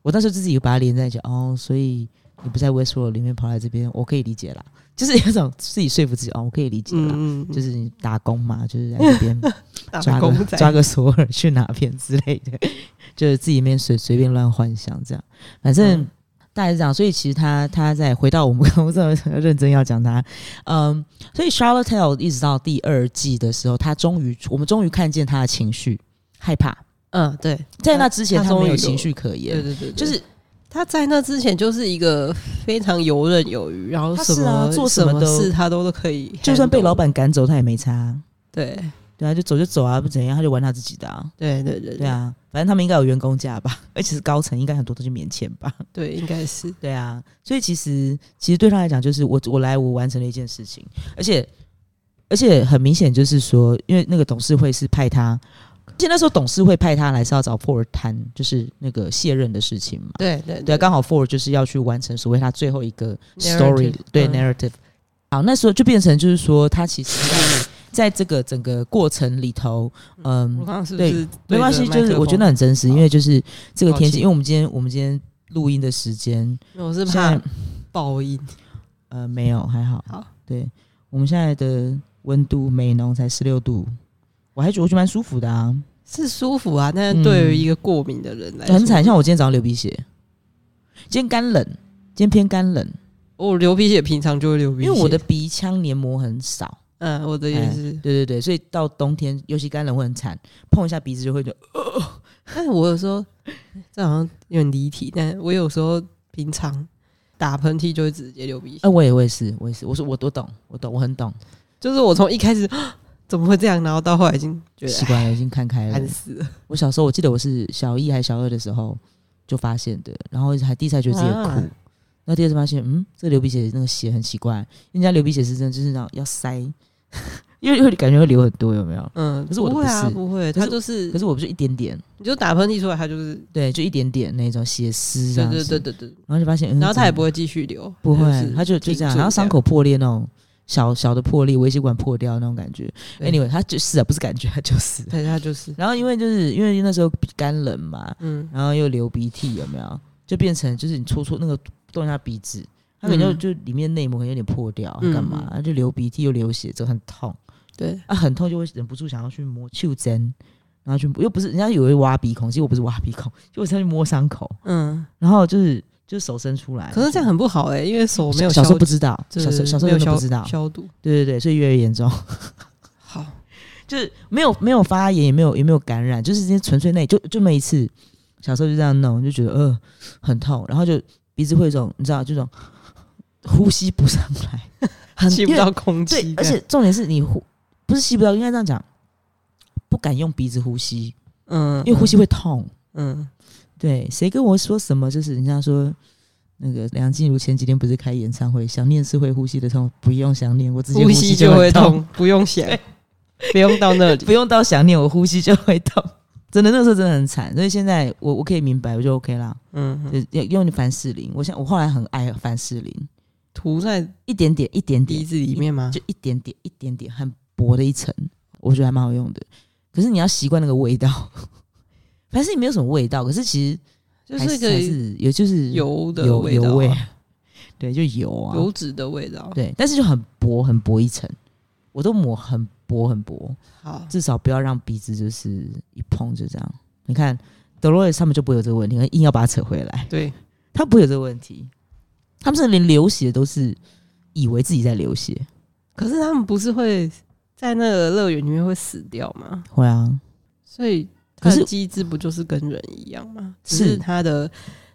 Speaker 1: 我那时候自己有把它连在一起，哦，所以你不在 Westworld 里面跑来这边，我可以理解啦，就是有一种自己说服自己，哦，我可以理解啦，
Speaker 2: 嗯嗯，
Speaker 1: 就是是你打工嘛，就是在这边抓
Speaker 2: 打工
Speaker 1: 个
Speaker 2: 仔
Speaker 1: 抓个索尔去哪边之类的，就是自己面随随便乱幻想这样，反正。
Speaker 2: 嗯
Speaker 1: 大概是这样，所以其实他他在回到我们 刚刚这么认真要讲他，嗯，所以 Charlotte Tale 一直到第二季的时候，他终于我们终于看见他的情绪害怕，
Speaker 2: 嗯，对，
Speaker 1: 在那之前
Speaker 2: 他
Speaker 1: 他
Speaker 2: 终于
Speaker 1: 没有
Speaker 2: 有
Speaker 1: 情绪可言
Speaker 2: 对，对对，对
Speaker 1: 就是
Speaker 2: 她在那之前就是一个非常游刃有余，然后
Speaker 1: 她
Speaker 2: 什
Speaker 1: 是
Speaker 2: 么、
Speaker 1: 啊做
Speaker 2: 什
Speaker 1: 什么都
Speaker 2: 事她都都可以 handle，
Speaker 1: 就算被老板赶走，他也没差。
Speaker 2: 对
Speaker 1: 对啊，就走就走啊，不怎样，他就玩他自己的啊。
Speaker 2: 对对对
Speaker 1: 对啊，反正他们应该有员工价吧， 而且是高层，应该很多东西免签吧。
Speaker 2: 对，应该是
Speaker 1: 对啊，所以其实其实对他来讲，就是我我来我完成了一件事情，而且而且很明显就是说，因为那个董事会是派他，而且那时候董事会派他来是要找 Ford 谈，就是那个卸任的事情嘛。
Speaker 2: 对对
Speaker 1: 对啊，刚好 Ford 就是要去完成所谓他最后一个 story
Speaker 2: Narrative，
Speaker 1: 对
Speaker 2: 嗯
Speaker 1: narrative。好，那时候就变成就是说，他其实在在这个整个过程里头，
Speaker 2: 我
Speaker 1: 嗯，
Speaker 2: 刚刚是不是
Speaker 1: 没关系，就是我觉得很真实，因为就是这个天气，因为我们今天我们今天录音的时间，
Speaker 2: 得我是
Speaker 1: 现在
Speaker 2: 怕爆音，
Speaker 1: 呃没有还好，
Speaker 2: 好
Speaker 1: 对我们现在的温度美浓才十六度，我还觉得我觉得蛮舒服的啊，
Speaker 2: 是舒服啊，但是
Speaker 1: 嗯
Speaker 2: 对于一个过敏的人来
Speaker 1: 就
Speaker 2: 说
Speaker 1: 很惨，像我今天早上流鼻血，今天干冷，今天偏干冷，
Speaker 2: 我流鼻血平常就会流鼻血，
Speaker 1: 因为我的鼻腔黏膜很少。
Speaker 2: 嗯我的也是，
Speaker 1: 对对对，所以到冬天，尤其干冷会很惨，碰一下鼻子就会觉得哎
Speaker 2: 但是我有时候这好像有点离题，但我有时候平常打喷嚏就会直接流鼻血，
Speaker 1: 呃，我也我也是，我也是，我说我我懂，我懂，我很懂，
Speaker 2: 就是我从一开始怎么会这样，然后到后来已经觉
Speaker 1: 习
Speaker 2: 得
Speaker 1: 惯了，已经看开
Speaker 2: 哎
Speaker 1: 了
Speaker 2: 烦。死了，
Speaker 1: 我小时候，我记得我是小一还是小二的时候就发现的，然后还第一次还觉得自己很酷，
Speaker 2: 啊
Speaker 1: 然后第二次发现，嗯，这流鼻血那个血很奇怪，人家流鼻血是真的就是那种要塞， 因为会感觉会流很多，有没有？
Speaker 2: 嗯，
Speaker 1: 可是我的
Speaker 2: 不会
Speaker 1: 不
Speaker 2: 啊，
Speaker 1: 是
Speaker 2: 不会，
Speaker 1: 可是
Speaker 2: 他就是
Speaker 1: 可是我不是一点点，
Speaker 2: 你就打喷嚏出来，他就是
Speaker 1: 对，就一点点那种血丝这
Speaker 2: 对
Speaker 1: 样子，
Speaker 2: 对对对对，
Speaker 1: 然后就发现，嗯，
Speaker 2: 然
Speaker 1: 怎
Speaker 2: 后他
Speaker 1: 么
Speaker 2: 也不会继续流，
Speaker 1: 不
Speaker 2: 是
Speaker 1: 会，他就就
Speaker 2: 停
Speaker 1: 这样，
Speaker 2: 住
Speaker 1: 然后伤口破裂那种小小的破裂，微血管破掉那种感觉。
Speaker 2: 对
Speaker 1: Anyway，他就是啊，不是感觉，他 就是。
Speaker 2: 对他就是
Speaker 1: 然后因为就是因为那时候干冷嘛，
Speaker 2: 嗯
Speaker 1: 然后又流鼻涕，有没有？就变成就是你戳戳那个动一下鼻子，他可能就、
Speaker 2: 嗯
Speaker 1: 就里面内膜可能有点破掉，
Speaker 2: 嗯
Speaker 1: 干嘛？就流鼻涕又流血，就很痛
Speaker 2: 对
Speaker 1: 啊，很痛就会忍不住想要去摸袖针，然后去又不是人家以为挖鼻孔，其实我不是挖鼻孔，就我是要去摸伤口，
Speaker 2: 嗯，
Speaker 1: 然后就是就是手伸出来。
Speaker 2: 可是这样很不好哎，因为手没有
Speaker 1: 小小时
Speaker 2: 消
Speaker 1: 候不知道，
Speaker 2: 对
Speaker 1: 小时候小时候
Speaker 2: 没有
Speaker 1: 真的
Speaker 2: 消
Speaker 1: 不知道，
Speaker 2: 消毒
Speaker 1: 对对对，所以越来越严重，
Speaker 2: 好，
Speaker 1: 就是没有没有发炎，也没有也没有感染，就是这些纯粹那就就那一次，小时候就这样弄，就觉得呃很痛，然后就鼻子会有一种你知道这种呼吸不上来，很
Speaker 2: 吸不到空
Speaker 1: 对
Speaker 2: 气，，
Speaker 1: 而且重点是你呼不是吸不到，应该这样讲，不敢用鼻子呼吸，
Speaker 2: 嗯，
Speaker 1: 因为呼吸会痛。
Speaker 2: 嗯
Speaker 1: 对，谁跟我说什么？就是人家说那个梁静茹前几天不是开演唱会，想念是会呼吸的痛，不用想念，我直接
Speaker 2: 呼吸就
Speaker 1: 会
Speaker 2: 会，痛，不用想，不用到那 里。
Speaker 1: 不用到想念，我呼吸就会痛。 真的那个时候真的很惨，所以现在我我可以明白，我就 OK 啦。
Speaker 2: 嗯，
Speaker 1: 就用用凡士林，我想我后来很爱凡士林，
Speaker 2: 涂在
Speaker 1: 一点点一点点
Speaker 2: 鼻子里面吗？
Speaker 1: 就一点点一点点很薄的一层，我觉得还蛮好用的。可是你要习惯那个味道， 凡士林没有什么味道，可是其实
Speaker 2: 就
Speaker 1: 还
Speaker 2: 是
Speaker 1: 还
Speaker 2: 一
Speaker 1: 是有就是
Speaker 2: 个油的
Speaker 1: 油
Speaker 2: 味道啊、
Speaker 1: 油味，对，就油啊，
Speaker 2: 油脂的味道。
Speaker 1: 对，但是就很薄很薄一层，我都抹很薄很薄，
Speaker 2: 好，
Speaker 1: 至少不要让鼻子就是一碰就这样。你看 Dolores 他们就不会有这个问题，硬要把它扯回来，
Speaker 2: 对，
Speaker 1: 他不会有这个问题，他们是连流血都是以为自己在流血，
Speaker 2: 可是他们不是会在那个乐园里面会死掉吗？
Speaker 1: 会啊，
Speaker 2: 所以
Speaker 1: 可
Speaker 2: 它
Speaker 1: 是
Speaker 2: 的机制不就是跟人一样吗？只
Speaker 1: 是
Speaker 2: 是它的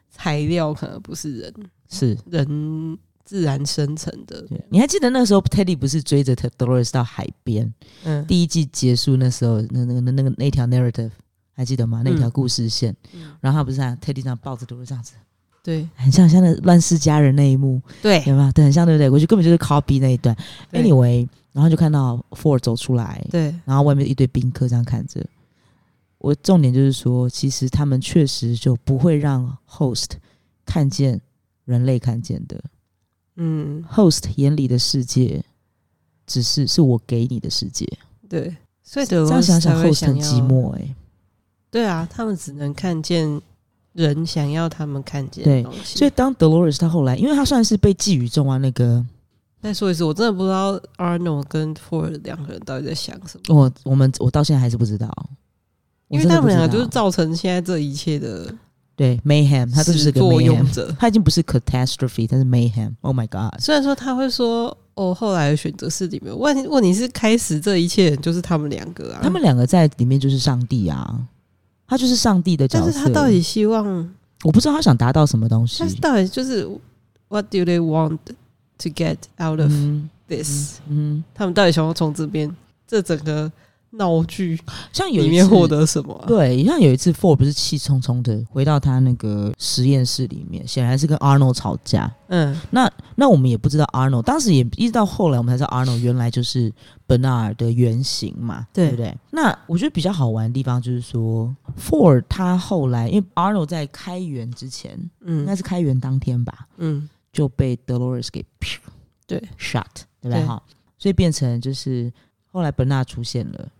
Speaker 2: 材料可能不是人
Speaker 1: 是。
Speaker 2: 人自然生成的。
Speaker 1: 对，你还记得那时候 Teddy 不是追着 Ted- Dolores 到海边？
Speaker 2: 嗯，
Speaker 1: 第一季结束那时候，那那个那那个那条 narrative 还记得吗？那条故事线，
Speaker 2: 嗯
Speaker 1: 然后他不是这样 Teddy 这样抱着 Dolores 这样子，
Speaker 2: 对
Speaker 1: 很像像那乱世佳人那一幕，
Speaker 2: 对
Speaker 1: 有没有？对，很像对不对？我就根本就是 copy 那一段。
Speaker 2: 哎对
Speaker 1: Anyway，然后就看到 Ford 走出来，
Speaker 2: 对，
Speaker 1: 然后外面一堆宾客这样看着。我重点就是说，其实他们确实就不会让 host 看见人类看见的。
Speaker 2: 嗯
Speaker 1: host 眼里的世界，只是是我给你的世界。
Speaker 2: 对，所以
Speaker 1: 这样想想
Speaker 2: 才会
Speaker 1: ，host
Speaker 2: 想
Speaker 1: 很寂
Speaker 2: 要。
Speaker 1: 寞哎、
Speaker 2: 对啊，他们只能看见人想要他们看见
Speaker 1: 对
Speaker 2: 的东西。
Speaker 1: 所以当 Dolores 他后来，因为他算是被寄予众望那个，
Speaker 2: 再说一次，我真的不知道 Arnold 跟 Ford 两个人到底在想什么，
Speaker 1: 我我们我到现在还是不知道，
Speaker 2: 因为他们两个
Speaker 1: 我真的不知道
Speaker 2: 就是造成现在这一切的
Speaker 1: 对 mayhem，他嗯就是
Speaker 2: 始
Speaker 1: 个啊
Speaker 2: 作俑
Speaker 1: mayhem，
Speaker 2: 者。
Speaker 1: 他已经不是 catastrophe，他是 mayhem。Oh my god！
Speaker 2: 虽然说他会说哦，后来的选择是你们，问问题是开始这一切的人就是他们两个啊，
Speaker 1: 他们两个在里面就是上帝啊，他就是上帝的角
Speaker 2: 但
Speaker 1: 色。
Speaker 2: 是他到底希望，
Speaker 1: 我不知道他想达到什么东西
Speaker 2: 但。是到底就是 What do they want to get out of
Speaker 1: 嗯
Speaker 2: this？、
Speaker 1: 嗯，
Speaker 2: 他们到底想要从这边这整个闹剧
Speaker 1: 像有一
Speaker 2: 里面
Speaker 1: 次
Speaker 2: 获得什么、啊？
Speaker 1: 对，像有一次 Ford 不是气冲冲的回到他那个实验室里面，显然是跟 Arnold 吵架。
Speaker 2: 嗯，
Speaker 1: 那我们也不知道 Arnold，当时也一直到后来我们才知道 Arnold 原来就是本纳尔的原型嘛，
Speaker 2: 对
Speaker 1: 不对？那我觉得比较好玩的地方就是说，Ford 他后来因为 Arnold 在开园之前，应该
Speaker 2: 嗯
Speaker 1: 是开园当天吧，
Speaker 2: 嗯，
Speaker 1: 就被 Dolores 给
Speaker 2: 对
Speaker 1: shot，对不对？
Speaker 2: 对
Speaker 1: 哈，所以变成就是后来本纳尔出现了。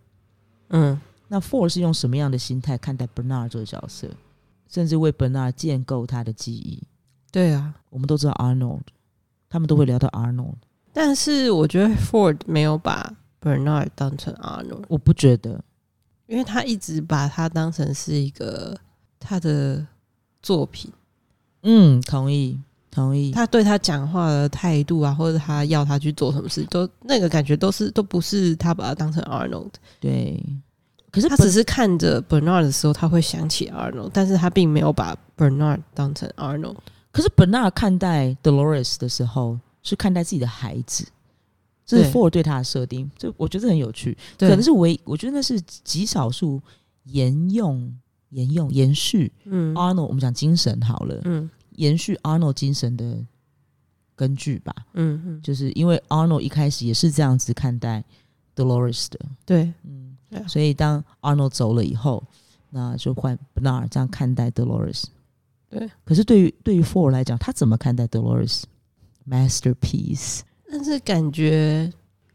Speaker 2: 嗯，
Speaker 1: 那 Ford 是用什么样的心态看待 Bernard 这个角色，甚至为 Bernard 建构他的记忆？
Speaker 2: 对啊。
Speaker 1: 我们都知道 Arnold，他们都会聊到 Arnold。
Speaker 2: 但是我觉得 Ford 没有把 Bernard 当成 Arnold，
Speaker 1: 我不觉得，
Speaker 2: 因为他一直把他当成是一个他的作品，
Speaker 1: 嗯，同意，同意。
Speaker 2: 他对他讲话的态度啊，或者他要他去做什么事，都那个感觉都是都不是他把他当成 Arnold，
Speaker 1: 对，可是
Speaker 2: 他只是看着 Bernard 的时候，他会想起 Arnold，但是他并没有把 Bernard 当成 Arnold。
Speaker 1: 可是 Bernard 看待 Dolores 的时候，是看待自己的孩子。这是
Speaker 2: 对
Speaker 1: Ford 对他的设定，这我觉得这很有趣，可
Speaker 2: 对，
Speaker 1: 能是唯，我觉得那是极少数沿用、沿用、延续
Speaker 2: 嗯
Speaker 1: Arnold，我们讲精神好了，
Speaker 2: 嗯
Speaker 1: 延续 Arnold 精神的根据吧，
Speaker 2: 嗯嗯，
Speaker 1: 就是因为 Arnold 一开始也是这样子看待 Dolores 的，
Speaker 2: 对，
Speaker 1: 嗯
Speaker 2: 对啊，
Speaker 1: 所以当 Arnold 走了以后，那就换 Bernard 这样看待 Dolores。
Speaker 2: 对，
Speaker 1: 可是对于对于 Ford 来讲，他怎么看待 Dolores？Masterpiece，
Speaker 2: 但是感觉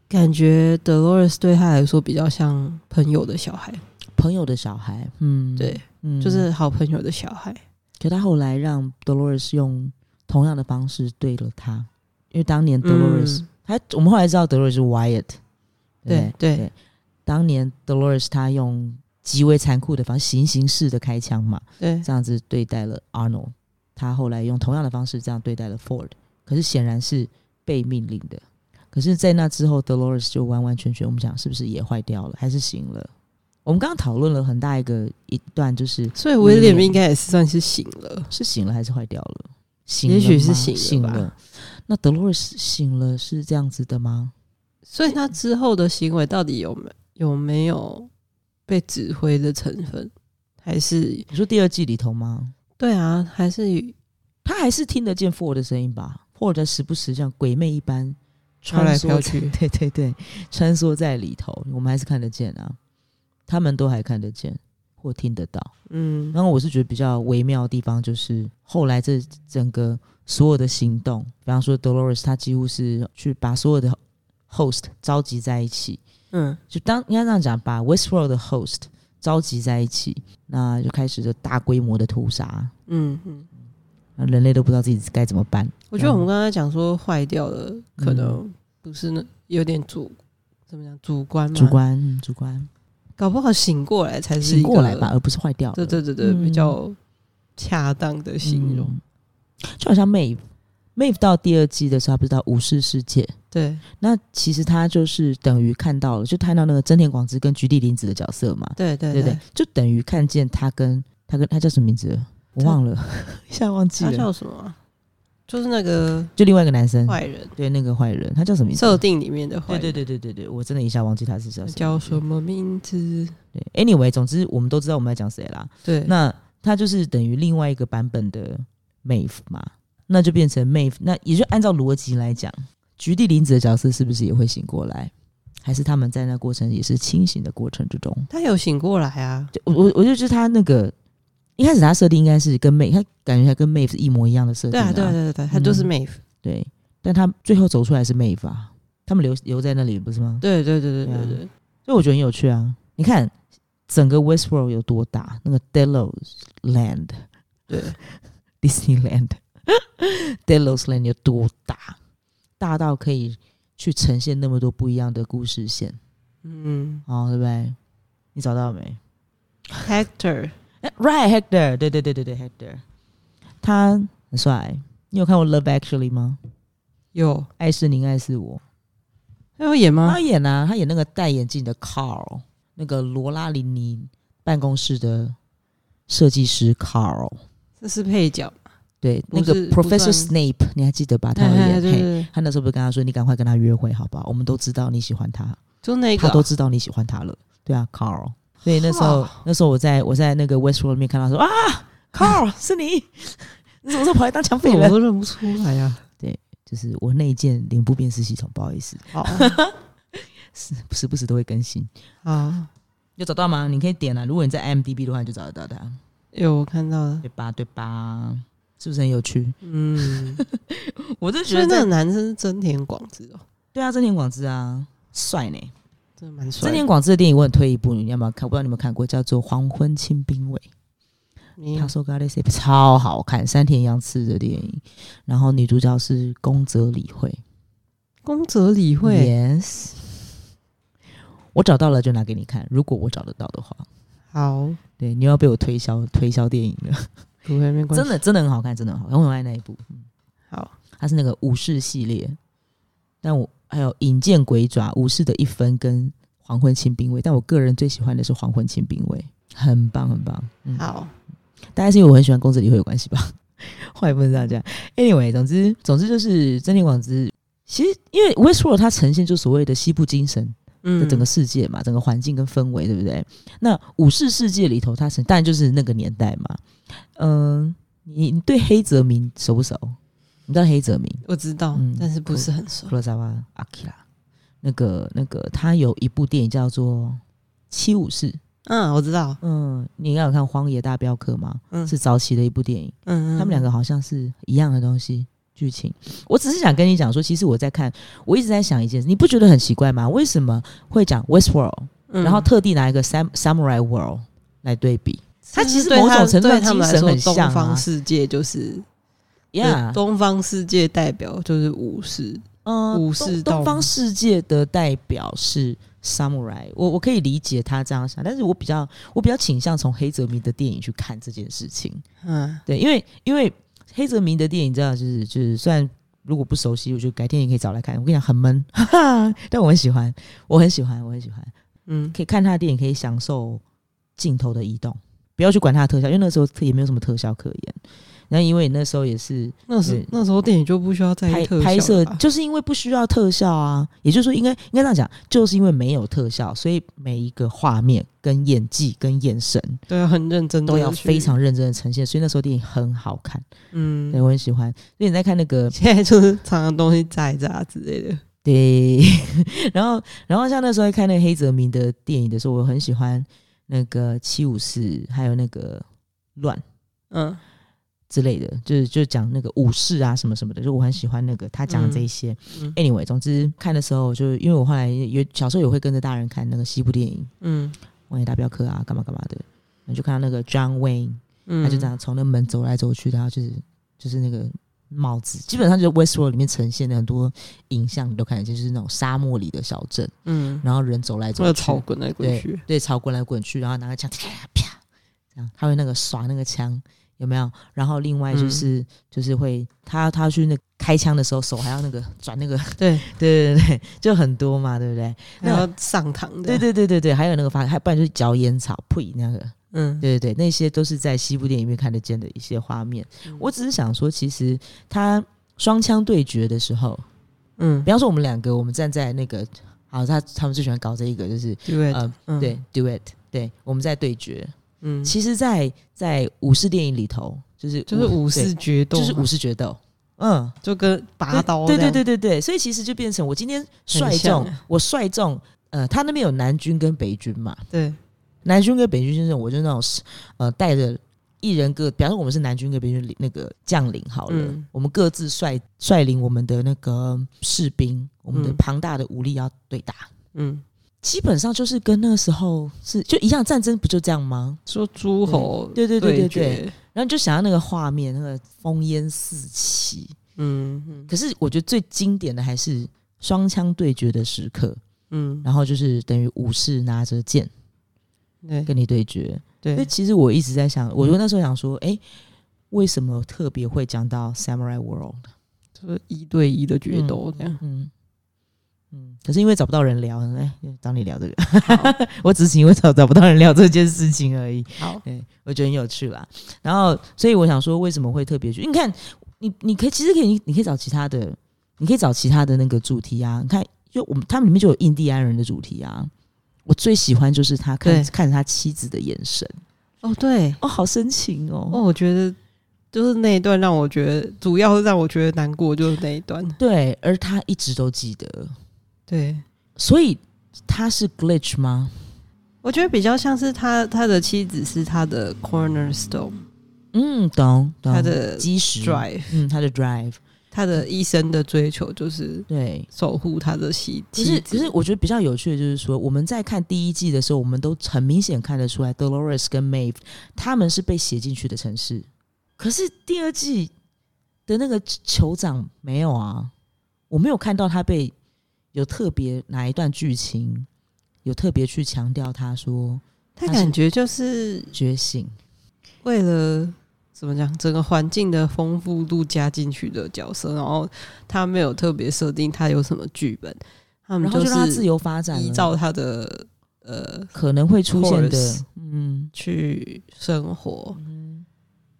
Speaker 2: 感觉 Dolores 对他来说比较像朋友的小孩，
Speaker 1: 朋友的小孩，嗯，
Speaker 2: 对，
Speaker 1: 嗯，
Speaker 2: 就是，好朋友的小孩。
Speaker 1: 可他后来让 Dolores 用同样的方式对了他，因为当年 Dolores，、
Speaker 2: 嗯
Speaker 1: 他我们后来知道 Dolores 是 Wyatt，不
Speaker 2: 对对
Speaker 1: 当年 Dolores 他用极为残酷的方行刑式的开枪嘛，
Speaker 2: 对，
Speaker 1: 这样子对待了 Arnold，他后来用同样的方式这样对待了 Ford，可是显然是被命令的。可是，在那之后，Dolores 就完完全全，我们讲是不是也坏掉了，还是醒了？我们刚刚讨论了很大一个一段，就是
Speaker 2: 所以威廉
Speaker 1: 嗯
Speaker 2: 应该也是算是醒了。
Speaker 1: 是醒了还是坏掉了？醒了
Speaker 2: 也许
Speaker 1: 吗
Speaker 2: 是醒了
Speaker 1: 醒
Speaker 2: 吧
Speaker 1: 了。那 Dolores 醒了是这样子的吗？
Speaker 2: 所以他之后的行为到底有没有没有被指挥的成分？还是
Speaker 1: 你说第二季里头吗？
Speaker 2: 对啊？还是
Speaker 1: 他还是听得见 Ford 的声音吧？Ford 在时不时像鬼魅一般
Speaker 2: 飘
Speaker 1: 穿
Speaker 2: 来
Speaker 1: 梭
Speaker 2: 飘
Speaker 1: 在
Speaker 2: 去
Speaker 1: 对对对，穿梭在里头，我们还是看得见啊，他们都还看得见。或听得到。
Speaker 2: 嗯
Speaker 1: 然后我是觉得比较微妙的地方，就是后来这整个所有的行动，比方说 Dolores，他几乎是去把所有的 host 召集在一起，
Speaker 2: 嗯
Speaker 1: 就当应该这样讲，把 Westworld 的 host 召集在一起，那就开始就大规模的屠杀，
Speaker 2: 嗯嗯，
Speaker 1: 那人类都不知道自己该怎么办。
Speaker 2: 我觉得我们刚才讲说坏掉了，可
Speaker 1: 嗯
Speaker 2: 能不是那有点主怎么讲主观嘛，
Speaker 1: 主观，嗯主观，
Speaker 2: 搞不好醒过来才是
Speaker 1: 醒
Speaker 2: 一个
Speaker 1: 过来吧，，而不是坏掉了。
Speaker 2: 对对对对，
Speaker 1: 嗯
Speaker 2: 比较恰当的形容，
Speaker 1: 嗯就好像 Mave。Mave 到第二季的时候，他不是到武士世界，
Speaker 2: 对
Speaker 1: 那其实他就是等于看到了，就看到那个真田广之跟菊地凛子的角色嘛，
Speaker 2: 对对
Speaker 1: 对不对？就等于看见他跟他跟他叫什么名字了，我忘了， 一下忘记
Speaker 2: 他
Speaker 1: 了，
Speaker 2: 叫什么啊？就是那个
Speaker 1: 就另外一个男生，
Speaker 2: 坏人
Speaker 1: 对，那个坏人，他叫什么名字？
Speaker 2: 设定里面的
Speaker 1: 对
Speaker 2: 坏人，
Speaker 1: 嗯对对对对对，我真的一下忘记他是叫什么。
Speaker 2: 叫什么名字？
Speaker 1: 对，anyway，总之我们都知道我们在讲谁啦。
Speaker 2: 对，
Speaker 1: 那他就是等于另外一个版本的 Mave 嘛，那就变成 Mave。那也就按照逻辑来讲，菊地凛子的角色是不是也会醒过来？还是他们在那过程也是清醒的过程之中？
Speaker 2: 他有醒过来啊，
Speaker 1: 就我我我就觉得他那个一开始他设定应该是跟 Mave，他感觉他跟 Mave 是一模一样的设定、
Speaker 2: 对啊，对啊对啊对啊，他就是
Speaker 1: 嗯
Speaker 2: Mave，
Speaker 1: 对但他最后走出来是 Mave 啊，他们留留在那里不是吗？
Speaker 2: 对对对对对
Speaker 1: 对
Speaker 2: 对，
Speaker 1: 所以我觉得很有趣啊！你看整个 Westworld 有多大，那个 Delos Land
Speaker 2: 对
Speaker 1: Disneyland Delos Land 有多大，大到可以去呈现那么多不一样的故事线，
Speaker 2: 嗯
Speaker 1: 哦，对不对？你找到没
Speaker 2: ，Hector，
Speaker 1: 哎？Right Hector，对对对对对 Hector，他很帅。你有看过《Love Actually》吗？
Speaker 2: 有
Speaker 1: 爱是您，爱是我。
Speaker 2: 他有演吗
Speaker 1: 他？演啊，他演那个戴眼镜的 Carl，那个罗拉琳尼办公室的设计师 Carl。
Speaker 2: 这是配角，
Speaker 1: 对，
Speaker 2: 不
Speaker 1: 那个
Speaker 2: 是不
Speaker 1: Professor
Speaker 2: 算
Speaker 1: Snape，你还记得吧？他
Speaker 2: 哎
Speaker 1: 有
Speaker 2: 哎
Speaker 1: 演，
Speaker 2: 对对
Speaker 1: 嘿
Speaker 2: 对，
Speaker 1: 他那时候不是跟他说，你赶快跟他约会，好不好？我们都知道你喜欢他，
Speaker 2: 就那个
Speaker 1: 他
Speaker 2: 啊
Speaker 1: 都知道你喜欢他了。对啊，Carl。所以那时候
Speaker 2: 哇，
Speaker 1: 那时候我在我在那个 Westworld 里面看到说啊，Carl 是你，你什么时候跑来当抢匪
Speaker 2: 我
Speaker 1: 了？
Speaker 2: 都认不出来啊。
Speaker 1: 就是我那一件脸部辨识系统，不好意思，
Speaker 2: 好
Speaker 1: 时不时都会更新。
Speaker 2: 啊，
Speaker 1: 有找到吗？你可以点啊，如果你在 IMDB 的话，你就找得到他，
Speaker 2: 有我看到了，
Speaker 1: 对吧？对吧？是不是很有趣？
Speaker 2: 嗯，
Speaker 1: 我就
Speaker 2: 所以那个男生是真田广之哦，
Speaker 1: 对啊，真田广之啊，帅呢。
Speaker 2: 真的蛮帅
Speaker 1: 真田
Speaker 2: 的。
Speaker 1: 广志的电影我很推一部，你要不要看？我不知道你有没有看过，叫做《黄昏清兵卫》，
Speaker 2: 你
Speaker 1: 他说 g a l a x 超好看，山田洋次的电影。然后女主角是宫泽理惠
Speaker 2: 宫泽理惠，
Speaker 1: ，Yes，我找到了就拿给你看，如果我找得到的话。
Speaker 2: 好，
Speaker 1: 对，你又要被我推销推销电影了，
Speaker 2: 不会没关系，
Speaker 1: 真的真的很好看，真的很好看，我很爱那一部。
Speaker 2: 好，
Speaker 1: 它是那个武士系列，但我还有《引剑鬼爪》《武士的一分》跟《黄昏清兵卫》，但我个人最喜欢的是《黄昏清兵卫》，很棒很棒。嗯，
Speaker 2: 好，
Speaker 1: 大概是因为我很喜欢公子理会有关系吧， 话也不能这样讲。Anyway，总之总之就是真田广之，其实因为 Westworld 它呈现就所谓的西部精神的
Speaker 2: 嗯，
Speaker 1: 整个世界嘛，整个环境跟氛围，对不对？那武士世界里头，它呈当然就是那个年代嘛。嗯，你你对黑泽明熟不熟？你知道黑泽明？
Speaker 2: 我知道
Speaker 1: 嗯，
Speaker 2: 哦但是不是很熟
Speaker 1: 普。罗萨瓦阿基拉，那个那个，他有一部电影叫做《七武士》。
Speaker 2: 嗯，我知道，
Speaker 1: 嗯，你应该有看《荒野大镖客》吗？
Speaker 2: 嗯
Speaker 1: 是早期的一部电影，
Speaker 2: 嗯，嗯
Speaker 1: 他们两个，好像是一样的东西。剧情，我只是想跟你讲说，其实我在看，我一直在想一件事，你不觉得很奇怪吗？为什么会讲 Westworld，、
Speaker 2: 嗯
Speaker 1: 然后特地拿一个 Sam Samurai World 来对比？它其实
Speaker 2: 对
Speaker 1: 某
Speaker 2: 他
Speaker 1: 种程度
Speaker 2: 对
Speaker 1: 上
Speaker 2: 他们来
Speaker 1: 精神
Speaker 2: 说，
Speaker 1: 很像
Speaker 2: 东
Speaker 1: 啊
Speaker 2: 方世界就是
Speaker 1: ，Yeah，
Speaker 2: 东方世界代表就是武士，
Speaker 1: 嗯，
Speaker 2: 武
Speaker 1: 东
Speaker 2: 士道
Speaker 1: 东
Speaker 2: 吗
Speaker 1: 方世界的代表是 samurai，我我可以理解他这样想，但是我比较我比较倾向从黑泽明的电影去看这件事情，
Speaker 2: 嗯，
Speaker 1: 对，因为因为黑泽明的电影这样就是就是虽然。如果不熟悉，我觉得改天也可以找来看。我跟你讲，很闷， 哈哈，但我很喜欢，我很喜欢，我很喜欢。
Speaker 2: 嗯，
Speaker 1: 可以看他的电影，可以享受镜头的移动，不要去管他的特效，因为那时候也没有什么特效可言。然后因为那时候也是
Speaker 2: 那时
Speaker 1: 对
Speaker 2: 那时候电影就不需要在意
Speaker 1: 拍
Speaker 2: 特效啊
Speaker 1: 拍摄
Speaker 2: 了吧
Speaker 1: 就是因为不需要特效啊，也就是说应该应该这样讲，就是因为没有特效，所以每一个画面、跟演技、跟眼神
Speaker 2: 都要啊很认真，
Speaker 1: 都要非，常认真的呈现，所以那时候电影很好看，对
Speaker 2: 嗯，
Speaker 1: 我很喜欢。所以你在看那个
Speaker 2: 现在就是常常东西炸一炸之类的，
Speaker 1: 对，然后然后像那时候在看那个黑泽明的电影的时候，我很喜欢那个七武士，还有那个乱
Speaker 2: 嗯
Speaker 1: 之类的，就是就讲那个武士啊什么什么的，就我很喜欢那个他讲的这一些。
Speaker 2: 嗯
Speaker 1: anyway，总之看的时候就，因为我后来有小时候也会跟着大人看那个西部电影，
Speaker 2: 嗯
Speaker 1: 王爷大镖客啊，干嘛干嘛的，然后就看到那个 John Wayne，
Speaker 2: 嗯，
Speaker 1: 他就这样从那门走来走去的，然后就是就是那个帽子，基本上就是 Westworld 里面呈现的很多影像，你都看得见，就是那种沙漠里的小镇，
Speaker 2: 嗯，
Speaker 1: 然后人走来走
Speaker 2: 那个
Speaker 1: 去，
Speaker 2: 草滚来滚去，
Speaker 1: 对，草滚来滚去，然后拿个枪啪啪，这样他会那个耍那个枪，有没有？然后另
Speaker 2: 嗯
Speaker 1: 外就是、就是会他他去那开枪的时候手还要那个转那个，
Speaker 2: 对，
Speaker 1: 对对对对，就很多嘛，对不对？
Speaker 2: 然后上膛的，
Speaker 1: 对对对对对，还有那个发，还不然就是嚼烟草，呸那个，
Speaker 2: 嗯，
Speaker 1: 对对对，那些都是在西部电影里面看得见的一些画面。
Speaker 2: 嗯
Speaker 1: 我只是想说，其实他双枪对决的时候，
Speaker 2: 嗯
Speaker 1: 比，方说我们两个，我们站在那个，好，他他们最喜欢搞这一个，就是
Speaker 2: 对，
Speaker 1: 呃，
Speaker 2: 嗯，
Speaker 1: 对，duet，对，我们在对决。
Speaker 2: 嗯，
Speaker 1: 其实在，在武士电影里头，就是
Speaker 2: 就是武
Speaker 1: 对
Speaker 2: 士决斗嘛，
Speaker 1: 就是武士决斗。嗯，
Speaker 2: 就跟拔刀
Speaker 1: 对
Speaker 2: 这
Speaker 1: 对
Speaker 2: 样，
Speaker 1: 对对对，所以其实就变成我今天率
Speaker 2: 像
Speaker 1: 中，我率中，呃，他那边有南军跟北军嘛，
Speaker 2: 对，
Speaker 1: 南军跟北军先生，我就那种呃带着一人各，比方说我们是南军跟北军那个将领好了，
Speaker 2: 嗯
Speaker 1: 我们各自率率领我们的那个士兵，我们的
Speaker 2: 嗯
Speaker 1: 庞大的武力要对打，
Speaker 2: 嗯，
Speaker 1: 基本上就是跟那个时候是就一样，战争不就这样吗？
Speaker 2: 说诸侯
Speaker 1: 对对对对对，
Speaker 2: 决，
Speaker 1: 然后你就想要那个画面，那个烽烟四起。
Speaker 2: 嗯嗯
Speaker 1: 可是我觉得最经典的还是双枪对决的时刻，
Speaker 2: 嗯，
Speaker 1: 然后就是等于武士拿着剑
Speaker 2: 对
Speaker 1: 跟你对决，所以
Speaker 2: 对，
Speaker 1: 其实我一直在想，我就那时候想说，哎、为什么特别会讲到 Samurai World？
Speaker 2: 就是一对一的决斗这样，
Speaker 1: 嗯嗯，可是因为找不到人聊，哎、找你聊这个， 我只是因为找找不到人聊这件事情而已。
Speaker 2: 好，
Speaker 1: 对，我觉得很有趣啦。然后，所以我想说，为什么会特别去？你看，你你可以其实可以，你可以找其他的，你可以找其他的那个主题啊。你看，就我们他们里面就有印第安人的主题啊。我最喜欢就是他看
Speaker 2: 对
Speaker 1: 看着他妻子的眼神，
Speaker 2: 哦对，
Speaker 1: 哦，好深情哦
Speaker 2: 哦，我觉得就是那一段让我觉得，主要是让我觉得难过，就是那一段。
Speaker 1: 对，而他一直都记得，
Speaker 2: 对，
Speaker 1: 所以他是 glitch 吗？
Speaker 2: 我觉得比较像是他他的妻子是他的 cornerstone
Speaker 1: 嗯，懂懂。
Speaker 2: 他的
Speaker 1: 基石
Speaker 2: drive，
Speaker 1: 嗯，他的 drive，
Speaker 2: 他的一生的追求就是
Speaker 1: 对。
Speaker 2: 守护他的妻
Speaker 1: 其实，
Speaker 2: 妻
Speaker 1: 其
Speaker 2: 子。
Speaker 1: 实我觉得比较有趣的就是说，我们在看第一季的时候，我们都很明显看得出来，Dolores 跟 Maeve 他们是被写进去的城市，可是第二季的那个酋长没有啊，我没有看到他被有特别哪一段剧情有特别去强调他说
Speaker 2: 他
Speaker 1: 他是
Speaker 2: 感觉就是
Speaker 1: 觉醒。
Speaker 2: 为了怎么讲，整个环境的丰富度加进去的角色，然后他没有特别设定他有什么剧本，他们
Speaker 1: 然后就让他自
Speaker 2: 是
Speaker 1: 由发展了，
Speaker 2: 依照他的呃
Speaker 1: 可能会出现
Speaker 2: course
Speaker 1: 的，嗯，
Speaker 2: 去生活。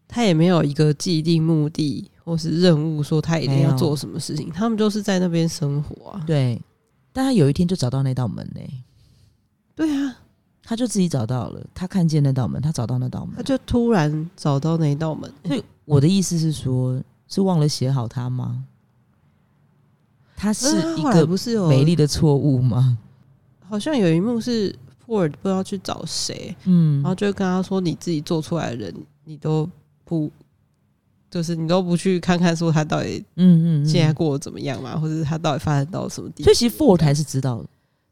Speaker 2: 他也没有一个既定目的或是任务，说他一定
Speaker 1: 没
Speaker 2: 要
Speaker 1: 有
Speaker 2: 做什么事情，他们就是在那边生活啊。
Speaker 1: 对。但他有一天就找到那道门嘞、
Speaker 2: 对啊，
Speaker 1: 他就自己找到了，他看见那道门，他找到那道门
Speaker 2: 他。就突然找到那一道门，
Speaker 1: 所以我的意思是说，是忘了写好它吗？它是
Speaker 2: 但
Speaker 1: 一
Speaker 2: 啊后来
Speaker 1: 个
Speaker 2: 不是有
Speaker 1: 美丽的错误吗？
Speaker 2: 好像有一幕是 Ford 不知道去找谁，
Speaker 1: 嗯
Speaker 2: 然，后就跟他说：“你自己做出来的人，你都不，就是你都不去看看说他到底
Speaker 1: 嗯嗯嗯。
Speaker 2: 现在过得怎么样嘛，或者是他到底发展到什么地步
Speaker 1: 所以其实 Ford 还是知道的，？”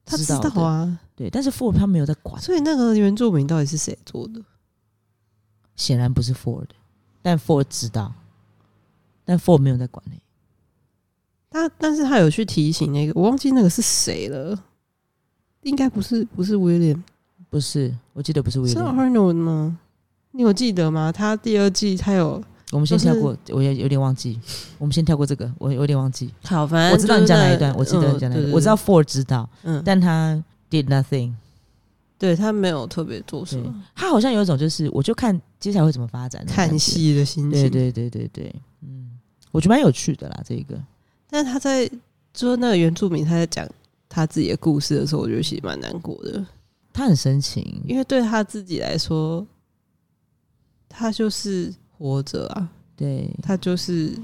Speaker 2: 他
Speaker 1: 知
Speaker 2: 知
Speaker 1: 道
Speaker 2: 道啊，
Speaker 1: 对，但是 Ford 他没有在管，
Speaker 2: 所以那个原住民到底是谁做的？
Speaker 1: 显然不是 Ford，但 Ford 知道，但 Ford 没有在管、欸、
Speaker 2: 他但是他有去提醒那个，我忘记那个是谁了，应该不是不是 William，
Speaker 1: 不是，我记得不是
Speaker 2: 是
Speaker 1: William。
Speaker 2: Arnold 吗？你有记得吗？他第二季他有
Speaker 1: 我们先跳
Speaker 2: 就是
Speaker 1: 过，我有有点忘记，我们先跳过这个，我有点忘记。
Speaker 2: 好，反
Speaker 1: 我知道你讲哪一段，我记得你讲哪一段，我知道 Ford 知道，
Speaker 2: 嗯，
Speaker 1: 但他 did nothing。
Speaker 2: 对他没有特别做什
Speaker 1: 对
Speaker 2: 么，，
Speaker 1: 他好像有一种就是，我就看接下来会怎么发展，
Speaker 2: 看。戏的心情
Speaker 1: 对。对对对对，嗯，我觉得蛮有趣的啦，这个。
Speaker 2: 但是他在就是那个原住民他在讲他自己的故事的时候，我觉得其实蛮难过的，
Speaker 1: 他很深情，
Speaker 2: 因为对他自己来说，他就是活着啊，
Speaker 1: 对，
Speaker 2: 他就是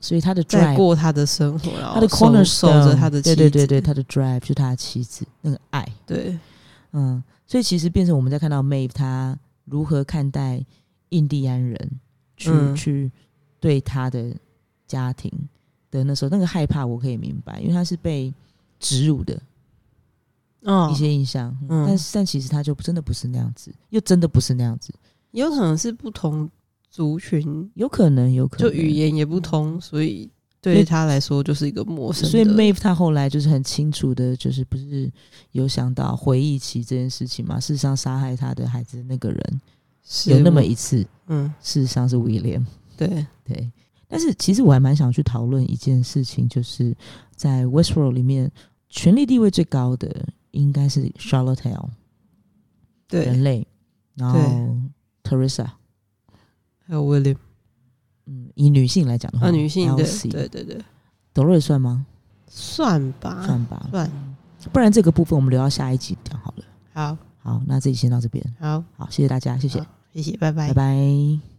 Speaker 1: 所以他的
Speaker 2: 在
Speaker 1: drive，
Speaker 2: 过他的生活，然后
Speaker 1: 他的
Speaker 2: 守
Speaker 1: corner
Speaker 2: 守着他的妻
Speaker 1: 对
Speaker 2: 子，
Speaker 1: 对对对，他的 drive 就是他的妻子那个爱，
Speaker 2: 对
Speaker 1: 嗯，所以其实变成我们在看到 Maeve 她如何看待印第安人，去、
Speaker 2: 嗯
Speaker 1: 去对她的家庭的那时候那个害怕，我可以明白，因为她是被植入的
Speaker 2: 哦
Speaker 1: 一，些印象，嗯、
Speaker 2: 嗯
Speaker 1: 但是但其实她就真的不是那样子，又真的不是那样子，
Speaker 2: 也有可能是不同族群，
Speaker 1: 有可能，有可
Speaker 2: 就
Speaker 1: 能
Speaker 2: 语。言也不通，所以
Speaker 1: 所
Speaker 2: 对
Speaker 1: 以
Speaker 2: 他来说就是一个陌生的。
Speaker 1: 所以 Maeve 她后来就是很清楚的，就是不是有想到回忆起这件事情嘛？事实上，杀害她的孩子的那个人
Speaker 2: 是
Speaker 1: 有那
Speaker 2: 我
Speaker 1: 么一次，
Speaker 2: 嗯，
Speaker 1: 事实上是 William。
Speaker 2: 对，
Speaker 1: 对，但是其实我还蛮想去讨论一件事情，就是在 Westworld 里面，权力地位最高的应该是 Charlotte Hale
Speaker 2: 对，
Speaker 1: 人类，然后 Teresa，
Speaker 2: 还有 William
Speaker 1: 嗯，以女性来讲的话，
Speaker 2: 啊，女性的，
Speaker 1: Elsie
Speaker 2: 对对对，
Speaker 1: 德瑞算吗？
Speaker 2: 算吧，
Speaker 1: 算吧，
Speaker 2: 啊算
Speaker 1: 不然这个部分我们留到下一集讲好了。
Speaker 2: 好
Speaker 1: 好，那这集先到这边，
Speaker 2: 好，
Speaker 1: 好，谢谢大家，谢谢，
Speaker 2: 好谢谢，拜拜
Speaker 1: 拜。拜